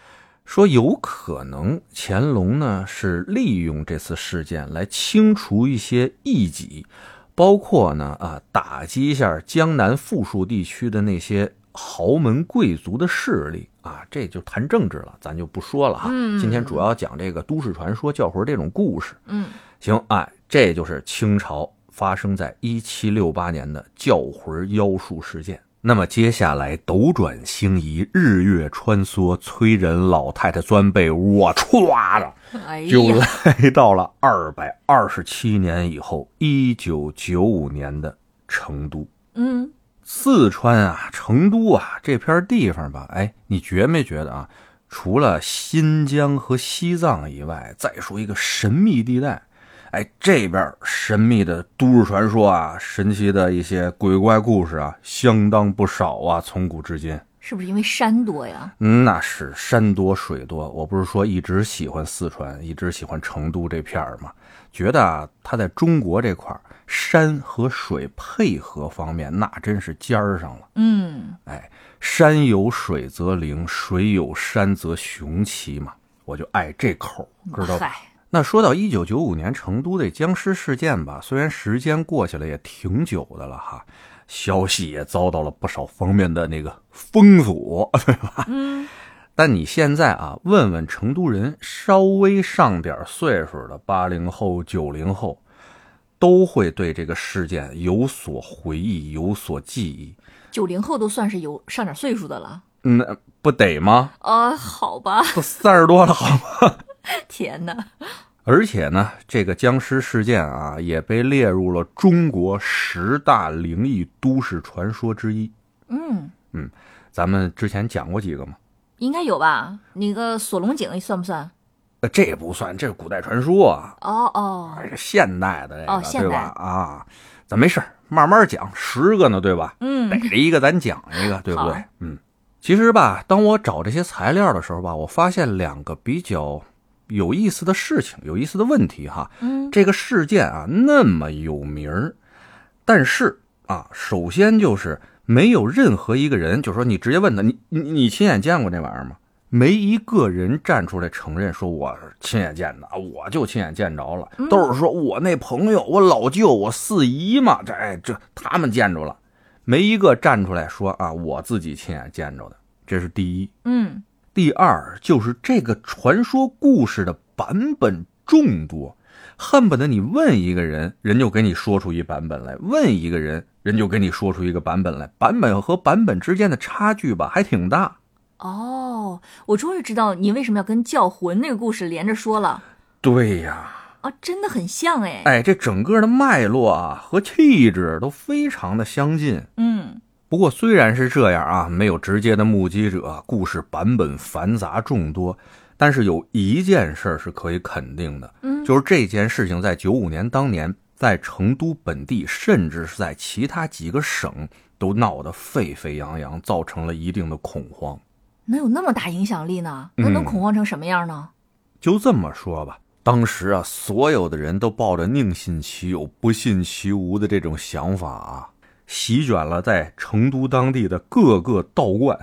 Speaker 3: 说有可能乾隆呢是利用这次事件来清除一些异己，包括呢啊打击一下江南富庶地区的那些豪门贵族的势力啊，这就谈政治了，咱就不说了哈。
Speaker 1: 嗯
Speaker 3: 今天主要讲这个都市传说、教魂这种故事。
Speaker 1: 嗯，
Speaker 3: 行，哎，这就是清朝发生在一七六八年的教魂妖术事件。那么接下来斗转星移，日月穿梭，催人老太太钻被窝，我歘的
Speaker 1: 哎
Speaker 3: 就
Speaker 1: 呀，
Speaker 3: 来到嗯了二百二十七年以后，一九九五年的成都。
Speaker 1: 嗯，
Speaker 3: 四川啊，成都啊这片地方吧，哎，你觉没觉得啊？除了新疆和西藏以外，再说一个神秘地带，哎，这边神秘的都市传说啊，神奇的一些鬼怪故事啊，相当不少啊，从古至今。
Speaker 1: 是不是因为山多呀？
Speaker 3: 嗯，那是山多水多。我不是说一直喜欢四川，一直喜欢成都这片儿吗？觉得啊，它在中国这块儿山和水配合方面，那真是尖儿上了。
Speaker 1: 嗯，
Speaker 3: 哎，山有水则灵，水有山则雄奇嘛，我就爱这口，知道吧？
Speaker 1: 嗯嗨，
Speaker 3: 那说到一九九五年成都的僵尸事件吧，虽然时间过去了也挺久的了哈，消息也遭到了不少方面的那个封锁，对吧？
Speaker 1: 嗯，
Speaker 3: 但你现在啊，问问成都人，稍微上点岁数的八零后、九零后，都会对这个事件有所回忆、有所记忆。
Speaker 1: 九零后都算是有上点岁数的了。
Speaker 3: 那嗯不得吗？
Speaker 1: 啊，好吧，
Speaker 3: 都三十多了，好吗？
Speaker 1: 天哪，
Speaker 3: 而且呢，这个僵尸事件啊，也被列入了中国十大灵异都市传说之一。
Speaker 1: 嗯，
Speaker 3: 咱们之前讲过几个吗？
Speaker 1: 应该有吧？那个锁龙井算不算？
Speaker 3: 呃，这也不算，这是古代传说啊，
Speaker 1: 哦哦，
Speaker 3: 这现代的这个，
Speaker 1: 哦现代
Speaker 3: 对吧？啊，咱没事儿慢慢讲，十个呢，对吧？逮
Speaker 1: 嗯，
Speaker 3: 着一个咱讲一个，对不
Speaker 1: 好
Speaker 3: 对？嗯，其实吧，当我找这些材料的时候吧，我发现两个比较有意思的事情，有意思的问题哈。
Speaker 1: 嗯，
Speaker 3: 这个事件啊那么有名儿，但是啊，首先就是没有任何一个人，就说你直接问他，你你你亲眼见过这玩意儿吗？没一个人站出来承认说我是亲眼见的啊，我就亲眼见着了，
Speaker 1: 嗯
Speaker 3: 都是说我那朋友、我老舅、我四姨嘛，这哎这他们见着了，没一个站出来说啊我自己亲眼见着的，这是第一。
Speaker 1: 嗯，
Speaker 3: 第二就是这个传说故事的版本众多，恨不得你问一个人，人就给你说出一版本来；问一个人，人就给你说出一个版本来。版本和版本之间的差距吧，还挺大。
Speaker 1: 哦，我终于知道你为什么要跟教魂那个故事连着说了
Speaker 3: 对呀，
Speaker 1: 啊，真的很像哎，
Speaker 3: 哎，这整个的脉络啊和气质都非常的相近。
Speaker 1: 嗯，
Speaker 3: 不过虽然是这样啊，没有直接的目击者，故事版本繁杂众多，但是有一件事儿是可以肯定的，
Speaker 1: 嗯
Speaker 3: 就是这件事情在九五年当年，在成都本地，甚至是在其他几个省都闹得沸沸扬扬，造成了一定的恐慌。
Speaker 1: 能有那么大影响力呢？那能
Speaker 3: 嗯
Speaker 1: 恐慌成什么样呢？
Speaker 3: 就这么说吧，当时啊，所有的人都抱着宁信其有，不信其无的这种想法啊，席卷了在成都当地的各个道观。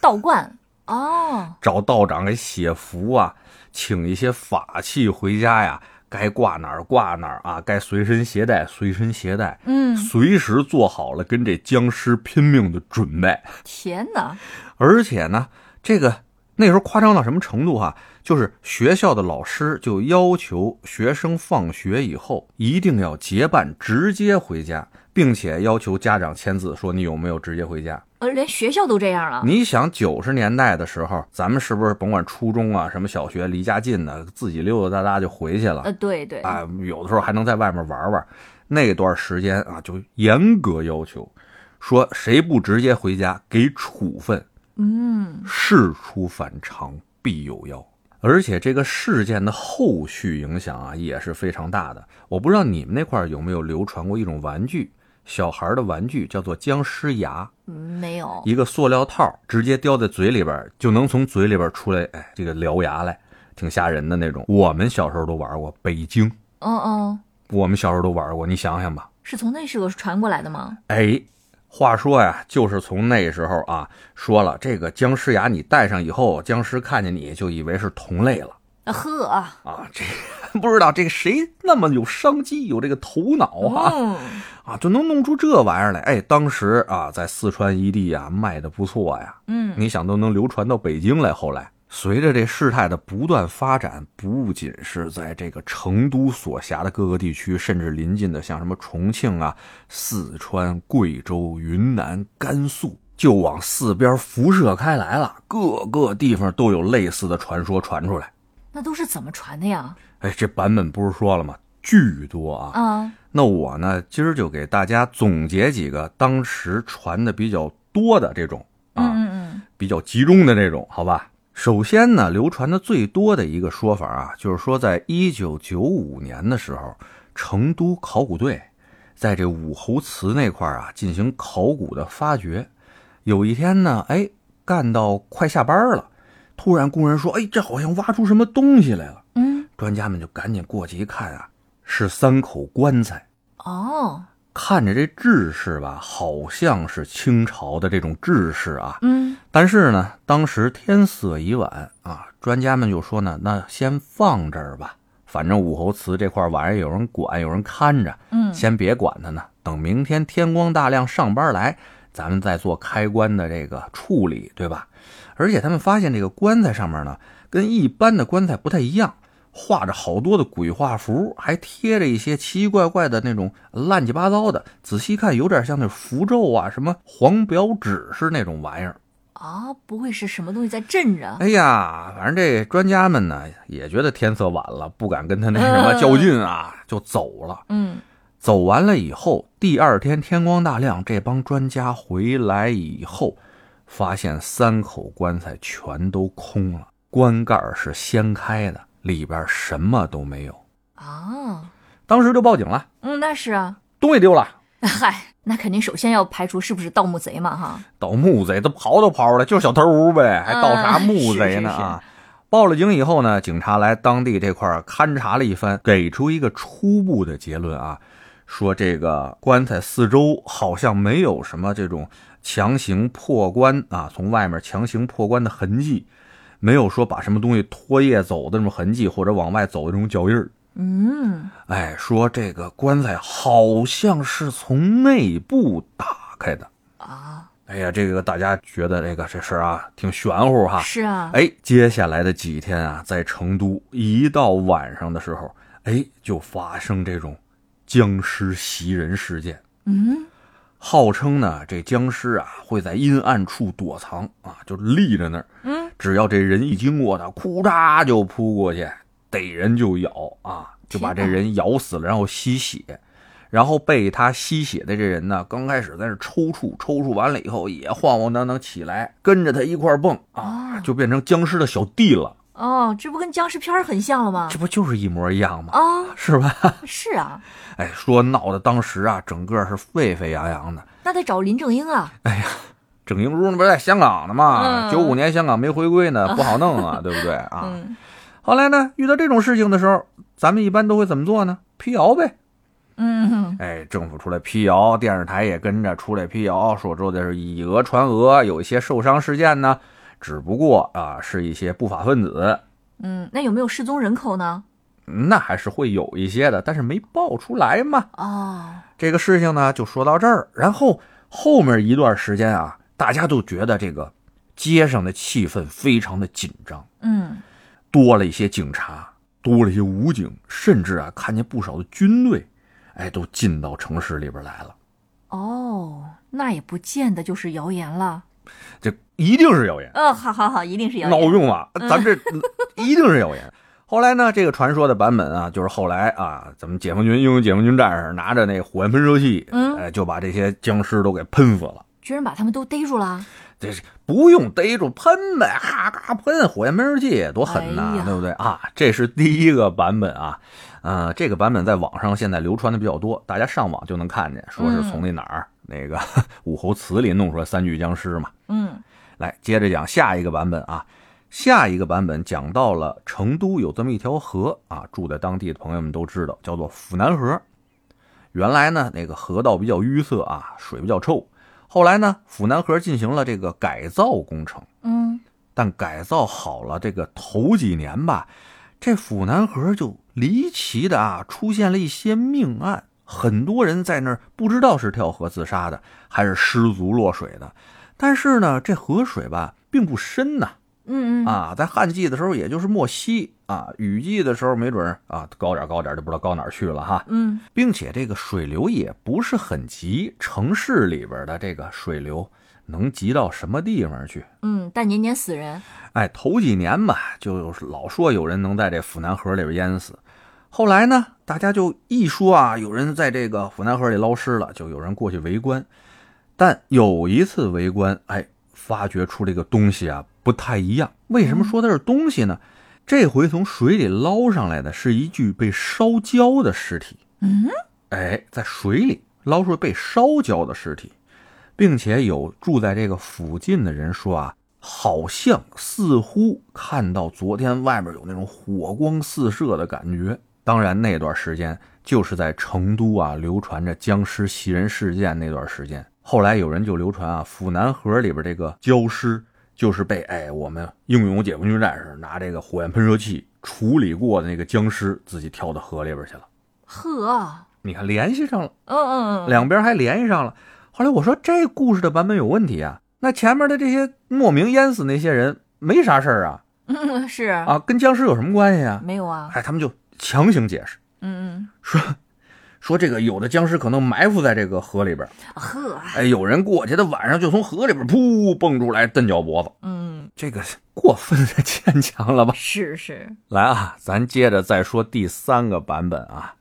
Speaker 1: 道观哦，
Speaker 3: 找道长给写符啊，请一些法器回家呀，该挂哪儿挂哪儿啊，该随身携带随身携带，
Speaker 1: 嗯，
Speaker 3: 随时做好了跟这僵尸拼命的准备。
Speaker 1: 天哪，
Speaker 3: 而且呢，这个那时候夸张到什么程度哈、啊就是学校的老师就要求学生放学以后一定要结伴直接回家，并且要求家长签字说你有没有直接回家。
Speaker 1: 呃，连学校都这样了。
Speaker 3: 你想九十年代的时候，咱们是不是甭管初中啊什么小学离家近的，自己溜溜达达就回去了？
Speaker 1: 呃，对对，
Speaker 3: 啊，有的时候还能在外面玩玩。那段时间啊，就严格要求，说谁不直接回家给处分，
Speaker 1: 嗯，
Speaker 3: 事出反常必有妖。而且这个事件的后续影响啊，也是非常大的。我不知道你们那块儿有没有流传过一种玩具，小孩儿的玩具叫做僵尸牙，
Speaker 1: 嗯没有，
Speaker 3: 一个塑料套，直接叼在嘴里边儿，就能从嘴里边儿出来，哎，这个獠牙来，挺吓人的那种。我们小时候都玩过，北京
Speaker 1: 嗯嗯，
Speaker 3: 我们小时候都玩过，你想想吧。
Speaker 1: 是从那时候传过来的吗？
Speaker 3: 哎，话说呀，就是从那时候啊，说了这个僵尸牙，你戴上以后，僵尸看见你就以为是同类了
Speaker 1: 啊呵啊，
Speaker 3: 啊。这不知道这个谁那么有商机，有这个头脑啊、
Speaker 1: 嗯，
Speaker 3: 啊，就能弄出这玩意儿来。哎，当时啊，在四川一地啊，卖的不错呀。
Speaker 1: 嗯，
Speaker 3: 你想都能流传到北京来。后来随着这事态的不断发展，不仅是在这个成都所辖的各个地区，甚至邻近的像什么重庆啊、四川、贵州、云南、甘肃，就往四边辐射开来了。各个地方都有类似的传说传出来。
Speaker 1: 那都是怎么传的呀？
Speaker 3: 哎，这版本不是说了吗？巨多啊！
Speaker 1: 啊，
Speaker 3: 那我呢，今儿就给大家总结几个当时传的比较多的这种啊。
Speaker 1: 嗯嗯嗯，
Speaker 3: 比较集中的那种，好吧？首先呢，流传的最多的一个说法啊，就是说，在一九九五年的时候，成都考古队在这武侯祠那块儿啊进行考古的发掘。有一天呢，哎，干到快下班了，突然工人说：“哎，这好像挖出什么东西来了。
Speaker 1: 嗯，”
Speaker 3: 专家们就赶紧过去一看啊，是三口棺材。
Speaker 1: 哦，
Speaker 3: 看着这制式吧，好像是清朝的这种制式啊，
Speaker 1: 嗯，
Speaker 3: 但是呢，当时天色已晚啊，专家们就说呢，那先放这儿吧，反正武侯祠这块晚上有人管，有人看着，
Speaker 1: 嗯
Speaker 3: 先别管它呢，等明天天光大亮上班来，咱们再做开棺的这个处理，对吧？而且他们发现这个棺材上面呢，跟一般的棺材不太一样，画着好多的鬼画符，还贴着一些奇奇怪怪的那种乱七八糟的，仔细看有点像那符咒啊，什么黄表纸是那种玩意儿。
Speaker 1: 啊，不会是什么东西在镇着？
Speaker 3: 哎呀，反正这专家们呢也觉得天色晚了，不敢跟他那什么较劲啊，就走了。
Speaker 1: 嗯，
Speaker 3: 走完了以后，第二天天光大亮，这帮专家回来以后，发现三口棺材全都空了，棺盖儿是掀开的，里边什么都没有。
Speaker 1: 啊，
Speaker 3: 当时就报警了，
Speaker 1: 嗯，那是啊，
Speaker 3: 东西丢了，
Speaker 1: 嗨，那肯定首先要排除是不是盗墓贼嘛，哈，
Speaker 3: 盗墓贼都刨都刨出来，就是小偷呗，还盗啥墓贼
Speaker 1: 嗯
Speaker 3: 呢
Speaker 1: 是是是
Speaker 3: 啊？报了警以后呢，警察来当地这块儿勘察了一番，给出一个初步的结论啊，说这个棺材四周好像没有什么这种强行破棺啊，从外面强行破棺的痕迹，没有说把什么东西拖曳走的那种痕迹，或者往外走的那种脚印儿。
Speaker 1: 嗯，
Speaker 3: 哎，说这个棺材好像是从内部打开的。
Speaker 1: 啊，
Speaker 3: 哎呀，这个大家觉得这个这事儿啊挺玄乎哈。
Speaker 1: 是啊，
Speaker 3: 哎，接下来的几天啊，在成都一到晚上的时候，哎，就发生这种僵尸袭人事件。
Speaker 1: 嗯，
Speaker 3: 号称呢，这僵尸啊会在阴暗处躲藏啊，就立着那儿。
Speaker 1: 嗯，
Speaker 3: 只要这人一经过它，库嚓就扑过去，逮人就咬啊，就把这
Speaker 1: 天哪
Speaker 3: 人咬死了，然后吸血。然后被他吸血的这人呢，刚开始在那儿抽搐，抽搐完了以后也晃晃荡荡起来，跟着他一块儿蹦啊，
Speaker 1: 哦
Speaker 3: 就变成僵尸的小弟了。
Speaker 1: 哦，这不跟僵尸片儿很像了吗
Speaker 3: 这？不就是一模一样吗？
Speaker 1: 啊，
Speaker 3: 是吧？
Speaker 1: 是啊，
Speaker 3: 哎，说闹的当时啊，整个是沸沸扬扬的。
Speaker 1: 那得找林正英啊，
Speaker 3: 整英珠那不是在香港的嘛？
Speaker 1: 嗯
Speaker 3: 九五、年香港没回归呢，不好弄 啊，对不对啊？
Speaker 1: 嗯
Speaker 3: 后来呢，遇到这种事情的时候，咱们一般都会怎么做呢？辟谣呗。
Speaker 1: 嗯，
Speaker 3: 哎，政府出来辟谣，电视台也跟着出来辟谣，说这是以讹传讹，有一些受伤事件呢，只不过啊是一些不法分子，
Speaker 1: 嗯，那有没有失踪人口呢？
Speaker 3: 那还是会有一些的，但是没爆出来嘛。
Speaker 1: 哦，
Speaker 3: 这个事情呢就说到这儿，然后后面一段时间啊，大家都觉得这个街上的气氛非常的紧张，
Speaker 1: 嗯
Speaker 3: 多了一些警察，多了一些武警，甚至啊看见不少的军队，哎，都进到城市里边来了。
Speaker 1: 哦，那也不见得就是谣言了。
Speaker 3: 这一定是谣言，
Speaker 1: 嗯、好好好，一定是谣
Speaker 3: 闹
Speaker 1: 言。
Speaker 3: 用啊！咱们这 一定是谣言。后来呢，这个传说的版本啊，就是后来啊，咱们解放军英勇解放军战士拿着那火焰喷射器，
Speaker 1: 嗯
Speaker 3: 哎，就把这些僵尸都给喷死了。
Speaker 1: 居然把他们都逮住了。
Speaker 3: 这是不用逮住喷呗，哈嘎喷，火焰喷射器多狠呐、
Speaker 1: 哎呀
Speaker 3: 对不对啊？这是第一个版本啊，呃，这个版本在网上现在流传的比较多，大家上网就能看见，说
Speaker 1: 嗯
Speaker 3: 是从那哪儿、那个 武侯祠里弄出来三具僵尸嘛。
Speaker 1: 嗯
Speaker 3: 来，接着讲下一个版本啊，下一个版本讲到了成都有这么一条河啊，住在当地的朋友们都知道，叫做府南河。原来呢，那个河道比较淤塞啊，水比较臭。后来呢，府南河进行了这个改造工程，
Speaker 1: 嗯，
Speaker 3: 但改造好了，这个头几年吧，这府南河就离奇的啊，出现了一些命案，很多人在那儿不知道是跳河自杀的，还是失足落水的。但是呢，这河水吧并不深呐、
Speaker 1: 嗯嗯，
Speaker 3: 啊，在旱季的时候也就是没膝啊，雨季的时候没准儿啊高点儿高点儿就不知道高哪儿去了哈。
Speaker 1: 嗯
Speaker 3: 并且这个水流也不是很急，城市里边的这个水流能急到什么地方去？
Speaker 1: 嗯，但年年死人。
Speaker 3: 哎，头几年嘛，就老说有人能在这府南河里边淹死。后来呢，大家就一说啊，有人在这个府南河里捞尸了，就有人过去围观。但有一次围观，哎，发掘出这个东西啊不太一样。为什么说它是东西呢？这回从水里捞上来的是一具被烧焦的尸体。
Speaker 1: 嗯，
Speaker 3: 哎，在水里捞出被烧焦的尸体，并且有住在这个附近的人说啊，好像似乎看到昨天外面有那种火光四射的感觉。当然，那段时间就是在成都啊流传着僵尸袭人事件那段时间。后来有人就流传啊，府南河里边这个焦尸就是被哎我们英勇解放军战士拿这个火焰喷射器处理过的那个僵尸自己跳到河里边去了。
Speaker 1: 呵，啊
Speaker 3: 你看联系上了。
Speaker 1: 嗯嗯嗯，
Speaker 3: 两边还联系上了。后来我说这故事的版本有问题啊，那前面的这些莫名淹死那些人没啥事儿啊，
Speaker 1: 嗯是
Speaker 3: 啊，跟僵尸有什么关系啊？
Speaker 1: 没有啊？
Speaker 3: 哎，他们就强行解释
Speaker 1: 嗯
Speaker 3: 说这个有的僵尸可能埋伏在这个河里边，
Speaker 1: 嗯，呵，
Speaker 3: 哎，有人过去，他晚上就从河里边噗蹦出来，蹬脚脖子，
Speaker 1: 嗯
Speaker 3: 这个过分的牵强了吧？
Speaker 1: 是是，
Speaker 3: 来啊，咱接着再说第三个版本啊。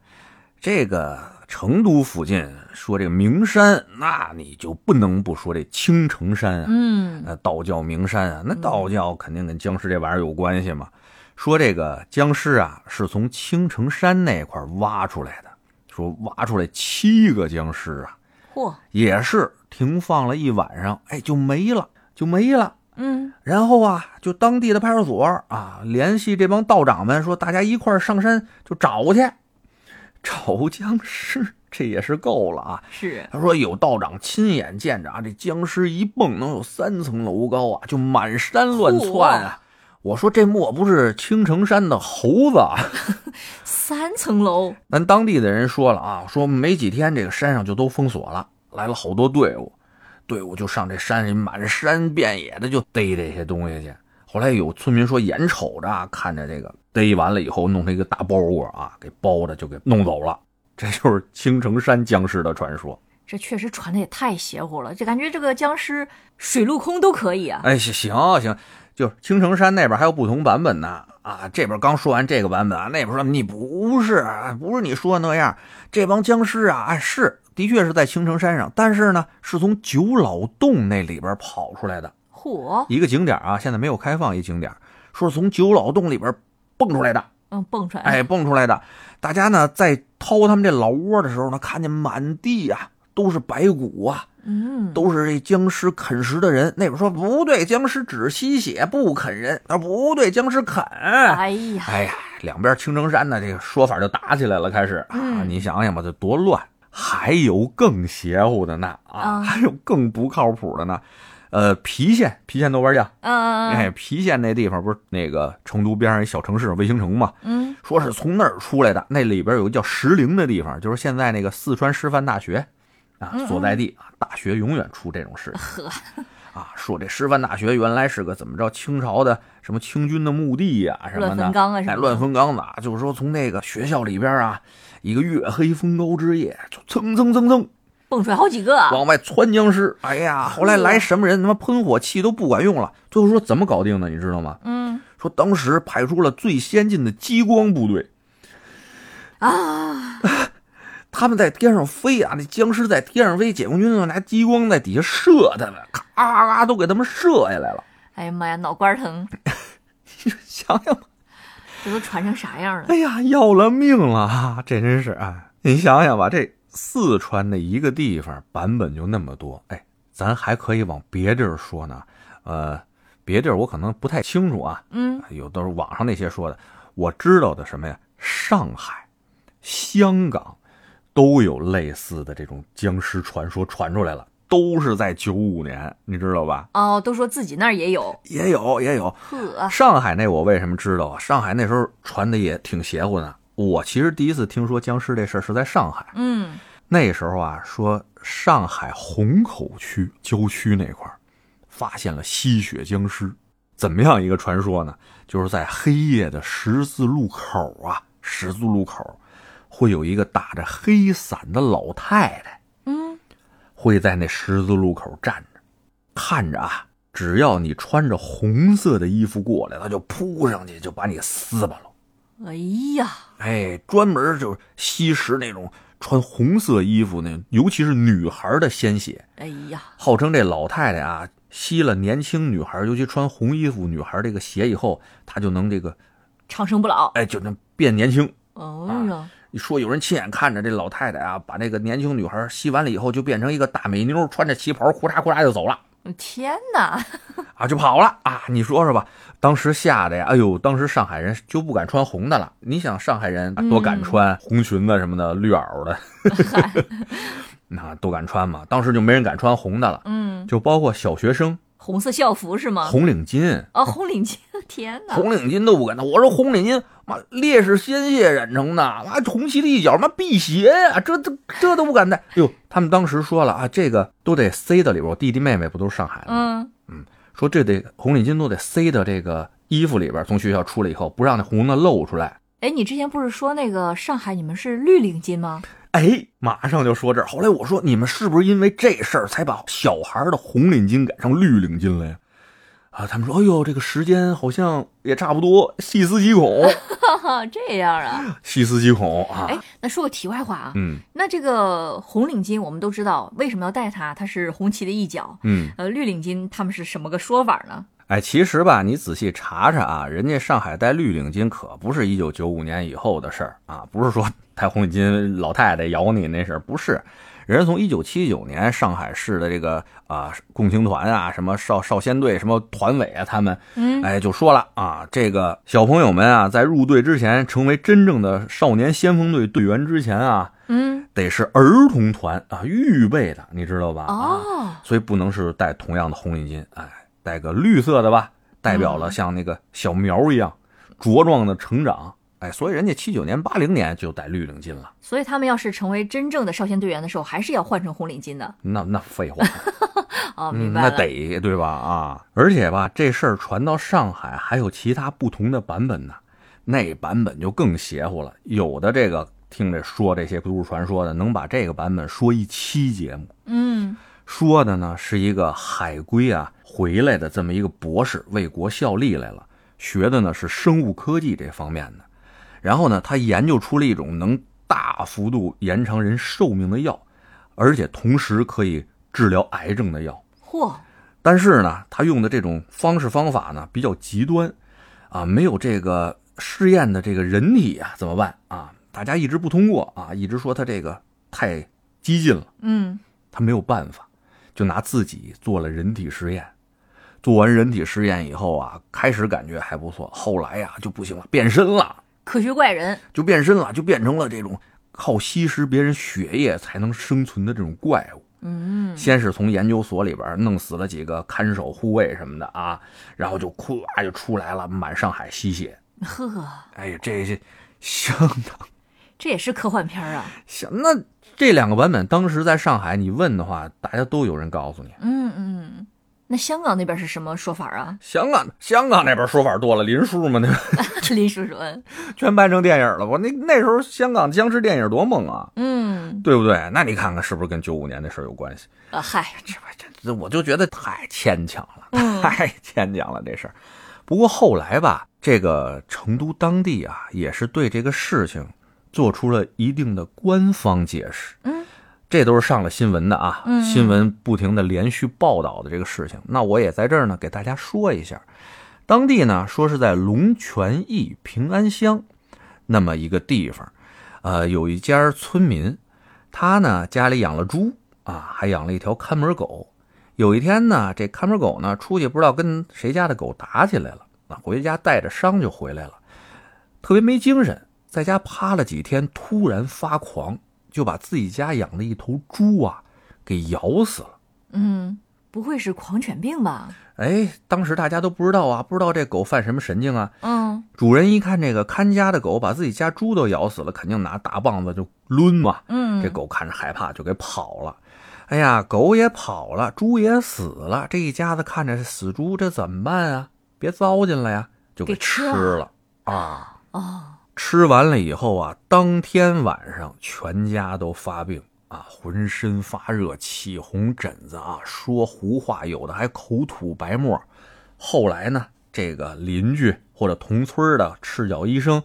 Speaker 3: 这个成都附近说这个名山，那你就不能不说这青城山啊，
Speaker 1: 嗯
Speaker 3: 那道教名山啊，那道教肯定跟僵尸这玩意儿有关系嘛。说这个僵尸啊，是从青城山那块儿挖出来的，说挖出来七个僵尸啊，
Speaker 1: 嚯，
Speaker 3: 也是停放了一晚上，哎，就没了，就没了。
Speaker 1: 嗯
Speaker 3: 然后啊，就当地的派出所啊，联系这帮道长们，说大家一块儿上山就找去， 找僵尸，这也是够了啊。
Speaker 1: 是，
Speaker 3: 他说有道长亲眼见着啊，这僵尸一蹦能有三层楼高啊，就满山乱窜啊。我说这莫不是青城山的猴子啊？
Speaker 1: 三层楼，
Speaker 3: 咱当地的人说了啊，说没几天这个山上就都封锁了，来了好多队伍，队伍就上这山里满山遍野的就逮这些东西去。后来有村民说，眼瞅着啊，看着这个逮完了以后，弄成一个大包裹啊，给包着就给弄走了。这就是青城山僵尸的传说。
Speaker 1: 这确实传的也太邪乎了，这感觉这个僵尸水陆空都可以啊。
Speaker 3: 哎，行行行，就是青城山那边还有不同版本呢。啊，这边刚说完这个版本啊，那边说你不是，不是你说的那样，这帮僵尸啊，哎是的确是在青城山上，但是呢，是从九老洞那里边跑出来的
Speaker 1: 嚯，
Speaker 3: 一个景点啊，现在没有开放一景点，说是从九老洞里边蹦出来的，
Speaker 1: 嗯，蹦出来，
Speaker 3: 哎，蹦出来的。大家呢在掏他们这老窝的时候呢，看见满地啊都是白骨啊，
Speaker 1: 嗯，
Speaker 3: 都是这僵尸啃食的人。那边说不对，僵尸只吸血不啃人。他说不对，僵尸啃。
Speaker 1: 哎呀，
Speaker 3: 哎呀，两边青城山的这个说法就打起来了，开始啊，
Speaker 1: 嗯
Speaker 3: 你想想吧，这多乱！还有更邪乎的呢啊，
Speaker 1: 啊
Speaker 3: 还有更不靠谱的呢。呃，郫县，郫县豆瓣酱，
Speaker 1: 嗯
Speaker 3: 哎，郫县那地方不是那个成都边上一小城市卫星城嘛，
Speaker 1: 嗯
Speaker 3: 说是从那儿出来的。那里边有个叫石陵的地方，就是现在那个四川师范大学啊
Speaker 1: 嗯嗯
Speaker 3: 所在地啊，大学永远出这种事情。
Speaker 1: 呵
Speaker 3: 啊，说这师范大学原来是个怎么着清朝的什么清军的墓地呀、什么
Speaker 1: 乱
Speaker 3: 的，
Speaker 1: 坟岗啊什
Speaker 3: 哎，
Speaker 1: 么的
Speaker 3: 乱坟岗的啊，就是说从那个学校里边啊，一个月黑风高之夜，就蹭蹭蹭蹭
Speaker 1: 蹦出来好几个，啊
Speaker 3: 往外窜僵尸。哎呀，后来来什么人，他妈喷火器都不管用了。最后说怎么搞定的，你知道吗？
Speaker 1: 嗯
Speaker 3: 说当时派出了最先进的激光部队，
Speaker 1: 啊，
Speaker 3: 他们在天上飞啊，那僵尸在天上飞，解放军就拿激光在底下射他们，咔咔咔都给他们射下来了。
Speaker 1: 哎呀妈呀，脑瓜儿疼，
Speaker 3: 想想吧，
Speaker 1: 这都传成啥样了？
Speaker 3: 哎呀，要了命了 啊！这真是啊，你想想吧，这四川的一个地方版本就那么多，哎，咱还可以往别地儿说呢。呃，别地儿我可能不太清楚啊，
Speaker 1: 嗯，
Speaker 3: 有都是网上那些说的，我知道的什么呀？上海、香港都有类似的这种僵尸传说传出来了，都是在九五年，你知道吧？
Speaker 1: 哦，都说自己那儿也有，
Speaker 3: 也有，也有。
Speaker 1: 呵，
Speaker 3: 上海那我为什么知道啊？上海那时候传的也挺邪乎的。我其实第一次听说僵尸这事儿是在上海，
Speaker 1: 嗯，
Speaker 3: 那时候啊，说上海虹口区郊区那块儿发现了吸血僵尸，怎么样一个传说呢？就是在黑夜的十字路口啊，十字路口会有一个打着黑伞的老太太，
Speaker 1: 嗯，
Speaker 3: 会在那十字路口站着，看着啊，只要你穿着红色的衣服过来，他就扑上去就把你撕巴了。
Speaker 1: 哎呀，
Speaker 3: 哎，专门就是吸食那种穿红色衣服那，尤其是女孩的鲜血。
Speaker 1: 哎呀，
Speaker 3: 号称这老太太啊，吸了年轻女孩，尤其穿红衣服女孩这个血以后，她就能这个，
Speaker 1: 长生不老，
Speaker 3: 哎，就能变年轻。
Speaker 1: 哦呀，
Speaker 3: 你说有人亲眼看着这老太太啊，把那个年轻女孩吸完了以后，就变成一个大美妞，穿着旗袍，呼嚓呼嚓就走了。
Speaker 1: 天哪，
Speaker 3: 啊，就跑了啊！你说说吧，当时吓得呀，哎呦，当时上海人就不敢穿红的了。你想，上海人多敢穿红裙子什么的，绿袄的， 那都敢穿嘛。当时就没人敢穿红的了，
Speaker 1: 嗯，啊
Speaker 3: 就包括小学生，
Speaker 1: 红色校服是吗？
Speaker 3: 红领巾，
Speaker 1: 哦，红领巾， 天哪，
Speaker 3: 红领巾都不敢。我说红领巾，妈，烈士鲜血染成的，妈，红旗立角，妈，辟邪呀、这这这都不敢戴。哎呦，他们当时说了啊，这个都得塞到里边。我弟弟妹妹不都是上海的吗？
Speaker 1: 嗯，
Speaker 3: 说这得红领巾都得塞到这个衣服里边儿，从学校出来以后不让那红的露出来。
Speaker 1: 哎，你之前不是说那个上海你们是绿领巾吗？
Speaker 3: 哎，马上就说这儿。后来我说你们是不是因为这事儿才把小孩儿的红领巾改成绿领巾了呀？啊，他们说，哎呦，这个时间好像也差不多，细思极恐，
Speaker 1: 哈哈，这样 啊，
Speaker 3: 细思极恐啊！
Speaker 1: 哎，那说个题外话啊，
Speaker 3: 嗯
Speaker 1: 那这个红领巾我们都知道为什么要戴它，它是红旗的一角。
Speaker 3: 嗯，
Speaker 1: 呃，绿领巾他们是什么个说法呢？
Speaker 3: 哎，其实吧，你仔细查查啊，人家上海戴绿领巾可不是一九九五年以后的事儿啊，不是说 戴红领巾老太太咬你那事儿，不是。人家从一九七九年上海市的这个啊共青团啊，什么少少先队、什么团委啊，他们
Speaker 1: 嗯，
Speaker 3: 哎就说了啊，这个小朋友们啊，在入队之前成为真正的少年先锋队队员之前啊，
Speaker 1: 嗯，
Speaker 3: 得是儿童团啊预备的，你知道吧？啊。
Speaker 1: 哦，
Speaker 3: 所以不能是戴同样的红领巾，哎，戴个绿色的吧，代表
Speaker 1: 嗯
Speaker 3: 了像那个小苗一样茁壮的成长，哎，所以人家七九年、八零年就戴绿领巾了，
Speaker 1: 所以他们要是成为真正的少先队员的时候，还是要换成红领巾的。
Speaker 3: 那那废话，
Speaker 1: 哦，
Speaker 3: 嗯
Speaker 1: 明白
Speaker 3: 那
Speaker 1: 了。
Speaker 3: 得对吧？啊，而且吧，这事儿传到上海，还有其他不同的版本呢，那版本就更邪乎了，有的这个听着说这些都市传说的，能把这个版本说一期节目。
Speaker 1: 嗯，
Speaker 3: 说的呢是一个海归啊回来的这么一个博士，为国效力来了，学的呢是生物科技这方面的。然后呢，他研究出了一种能大幅度延长人寿命的药，而且同时可以治疗癌症的药。
Speaker 1: 嚯，
Speaker 3: 但是呢，他用的这种方式方法呢比较极端，啊，没有这个试验的这个人体啊怎么办啊？大家一直不通过啊，一直说他这个太激进了。
Speaker 1: 嗯，
Speaker 3: 他没有办法，就拿自己做了人体实验。做完人体实验以后啊，开始感觉还不错，后来呀、就不行了，变身了，
Speaker 1: 科学怪人。
Speaker 3: 就变身了，就变成了这种靠吸食别人血液才能生存的这种怪物。
Speaker 1: 嗯，
Speaker 3: 先是从研究所里边弄死了几个看守护卫什么的啊，然后就咵就出来了，满上海吸血。
Speaker 1: 呵，
Speaker 3: 哎呀，这这相当。
Speaker 1: 这也是科幻片儿啊。
Speaker 3: 行，那这两个版本当时在上海，你问的话，大家都有人告诉你。？
Speaker 1: 嗯嗯，那香港那边是什么说法啊
Speaker 3: 香港香港那边说法多了，林叔嘛，那
Speaker 1: 林叔叔，嗯
Speaker 3: 全拍成电影了。我那那时候香港僵尸电影多猛啊，
Speaker 1: 嗯，
Speaker 3: 对不对？那你看看是不是跟九五年的事儿有关系？
Speaker 1: 啊嗨，
Speaker 3: 这不这这，我就觉得太牵强了，
Speaker 1: 嗯
Speaker 3: 太牵强了这事儿。不过后来吧，这个成都当地啊，也是对这个事情做出了一定的官方解释。
Speaker 1: 嗯，
Speaker 3: 这都是上了新闻的啊，
Speaker 1: 嗯
Speaker 3: 新闻不停的连续报道的这个事情。那我也在这儿呢，给大家说一下，当地呢说是在龙泉驿平安乡那么一个地方，呃，有一家村民，他呢家里养了猪啊，还养了一条看门狗。有一天呢，这看门狗呢出去不知道跟谁家的狗打起来了，啊，回家带着伤就回来了，特别没精神，在家趴了几天，突然发狂，就把自己家养的一头猪啊给咬死了。
Speaker 1: 嗯，不会是狂犬病吧？
Speaker 3: 哎，当时大家都不知道啊，不知道这狗犯什么神经啊。
Speaker 1: 嗯
Speaker 3: 主人一看这个看家的狗把自己家猪都咬死了，肯定拿大棒子就抡嘛。
Speaker 1: 嗯，
Speaker 3: 这狗看着害怕，就给跑了。哎呀，狗也跑了，猪也死了，这一家子看着死猪，这怎么办啊？别糟践了呀，就
Speaker 1: 给
Speaker 3: 吃
Speaker 1: 吃
Speaker 3: 了啊！
Speaker 1: 哦，
Speaker 3: 吃完了以后啊，当天晚上全家都发病啊，浑身发热，起红疹子啊，说胡话，有的还口吐白沫。后来呢，这个邻居或者同村的赤脚医生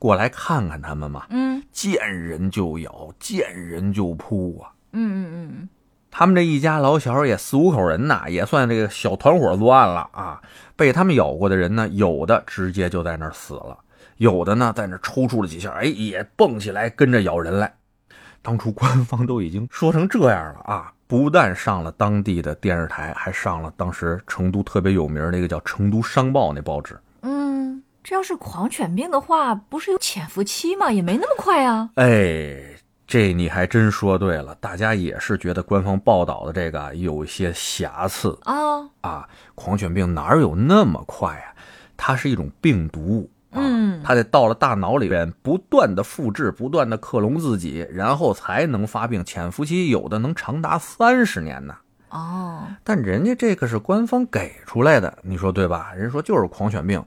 Speaker 3: 过来看看他们嘛，
Speaker 1: 嗯
Speaker 3: 见人就咬，见人就扑啊。
Speaker 1: 嗯嗯嗯
Speaker 3: 他们这一家老小也四五口人呐，也算这个小团伙作案了啊。被他们咬过的人呢，有的直接就在那儿死了，有的呢在那儿抽搐了几下，哎，也蹦起来跟着咬人来。当初官方都已经说成这样了啊，不但上了当地的电视台，还上了当时成都特别有名儿的一个叫《成都商报》那报纸。
Speaker 1: 嗯，这要是狂犬病的话，不是有潜伏期吗？也没那么快啊。
Speaker 3: 哎，这你还真说对了，大家也是觉得官方报道的这个啊有一些瑕疵。
Speaker 1: 啊，
Speaker 3: 啊，狂犬病哪有那么快啊？它是一种病毒。啊
Speaker 1: 嗯
Speaker 3: 它得到了大脑里边，不断的复制，不断的克隆自己，然后才能发病。潜伏期有的能长达三十年呢。
Speaker 1: 哦，
Speaker 3: 但人家这个是官方给出来的，你说对吧？人家说就是狂犬病，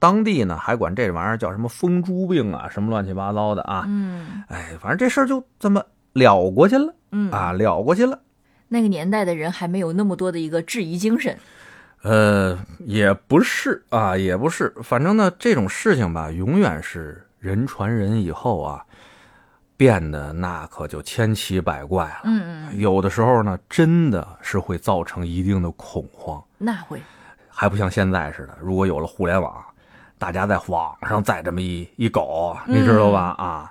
Speaker 3: 当地呢还管这玩意儿叫什么疯猪病啊，什么乱七八糟的啊。
Speaker 1: 嗯
Speaker 3: 哎，反正这事儿就这么了过去了
Speaker 1: 嗯，
Speaker 3: 啊，了过去了。
Speaker 1: 那个年代的人还没有那么多的一个质疑精神。
Speaker 3: 呃，也不是啊，也不是，反正呢，这种事情吧，永远是人传人以后啊，变得那可就千奇百怪了。
Speaker 1: 嗯嗯，
Speaker 3: 有的时候呢，真的是会造成一定的恐慌，
Speaker 1: 那会，
Speaker 3: 还不像现在似的，如果有了互联网，大家在网上再这么一一搞，你知道吧？啊，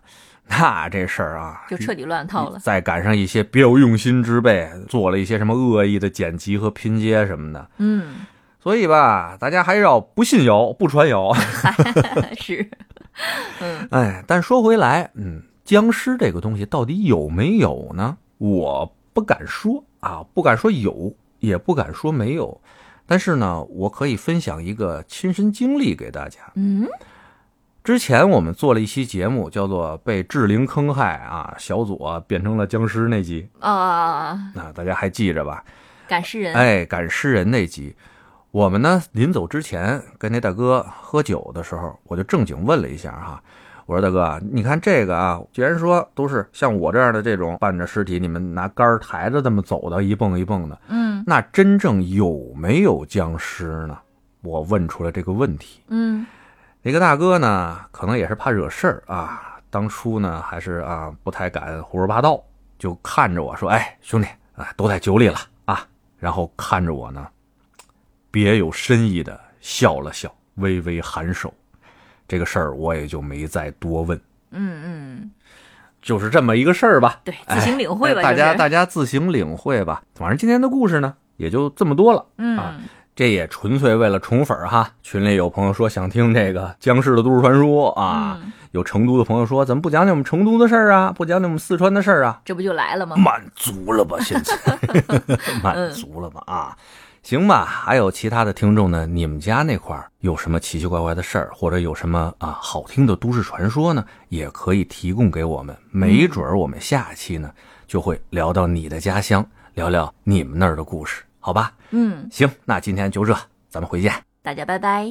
Speaker 3: 那这事儿啊，
Speaker 1: 嗯就彻底乱套了。
Speaker 3: 再赶上一些别有用心之辈，做了一些什么恶意的剪辑和拼接什么的。
Speaker 1: 嗯，
Speaker 3: 所以吧，大家还是要不信谣，不传谣。
Speaker 1: 是，嗯
Speaker 3: 哎，但说回来，嗯，僵尸这个东西到底有没有呢？我不敢说啊，不敢说有，也不敢说没有。但是呢，我可以分享一个亲身经历给大家。
Speaker 1: 嗯
Speaker 3: 之前我们做了一期节目，叫做《被志玲坑害》啊，小左啊、变成了僵尸那集，
Speaker 1: 啊，
Speaker 3: 啊，大家还记着吧？
Speaker 1: 赶尸人。
Speaker 3: 哎，赶尸人那集，我们呢临走之前跟那大哥喝酒的时候，我就正经问了一下哈，我说大哥啊，你看这个啊，既然说都是像我这样的这种伴着尸体，你们拿杆儿抬着这么走的，一蹦一蹦的，
Speaker 1: 嗯
Speaker 3: 那真正有没有僵尸呢？我问出了这个问题。
Speaker 1: 嗯
Speaker 3: 那个大哥呢，可能也是怕惹事儿啊，当初呢还是啊不太敢胡说八道，就看着我说：“哎，兄弟啊，都在酒里了啊。”然后看着我呢，别有深意的笑了笑，微微颔首。这个事儿我也就没再多问，
Speaker 1: 嗯嗯，
Speaker 3: 就是这么一个事儿吧。
Speaker 1: 对，自行领会吧，
Speaker 3: 哎大家
Speaker 1: 就是。
Speaker 3: 大家自行领会吧。反正今天的故事呢，也就这么多了。啊
Speaker 1: 嗯，
Speaker 3: 这也纯粹为了宠粉儿哈。群里有朋友说想听这个僵尸的都市传说啊，
Speaker 1: 嗯
Speaker 3: 有成都的朋友说怎么不讲讲我们成都的事儿啊，不讲讲我们四川的事儿啊，
Speaker 1: 这不就来了吗？
Speaker 3: 满足了吧？现在 满足了吧？啊，行吧。还有其他的听众呢，你们家那块儿有什么奇奇怪怪的事儿，或者有什么啊好听的都市传说呢，也可以提供给我们，没准儿我们下期呢就会聊到你的家乡，聊聊你们那儿的故事。好吧，
Speaker 1: 嗯，
Speaker 3: 行，那今天就这，咱们回见。
Speaker 1: 大家拜拜。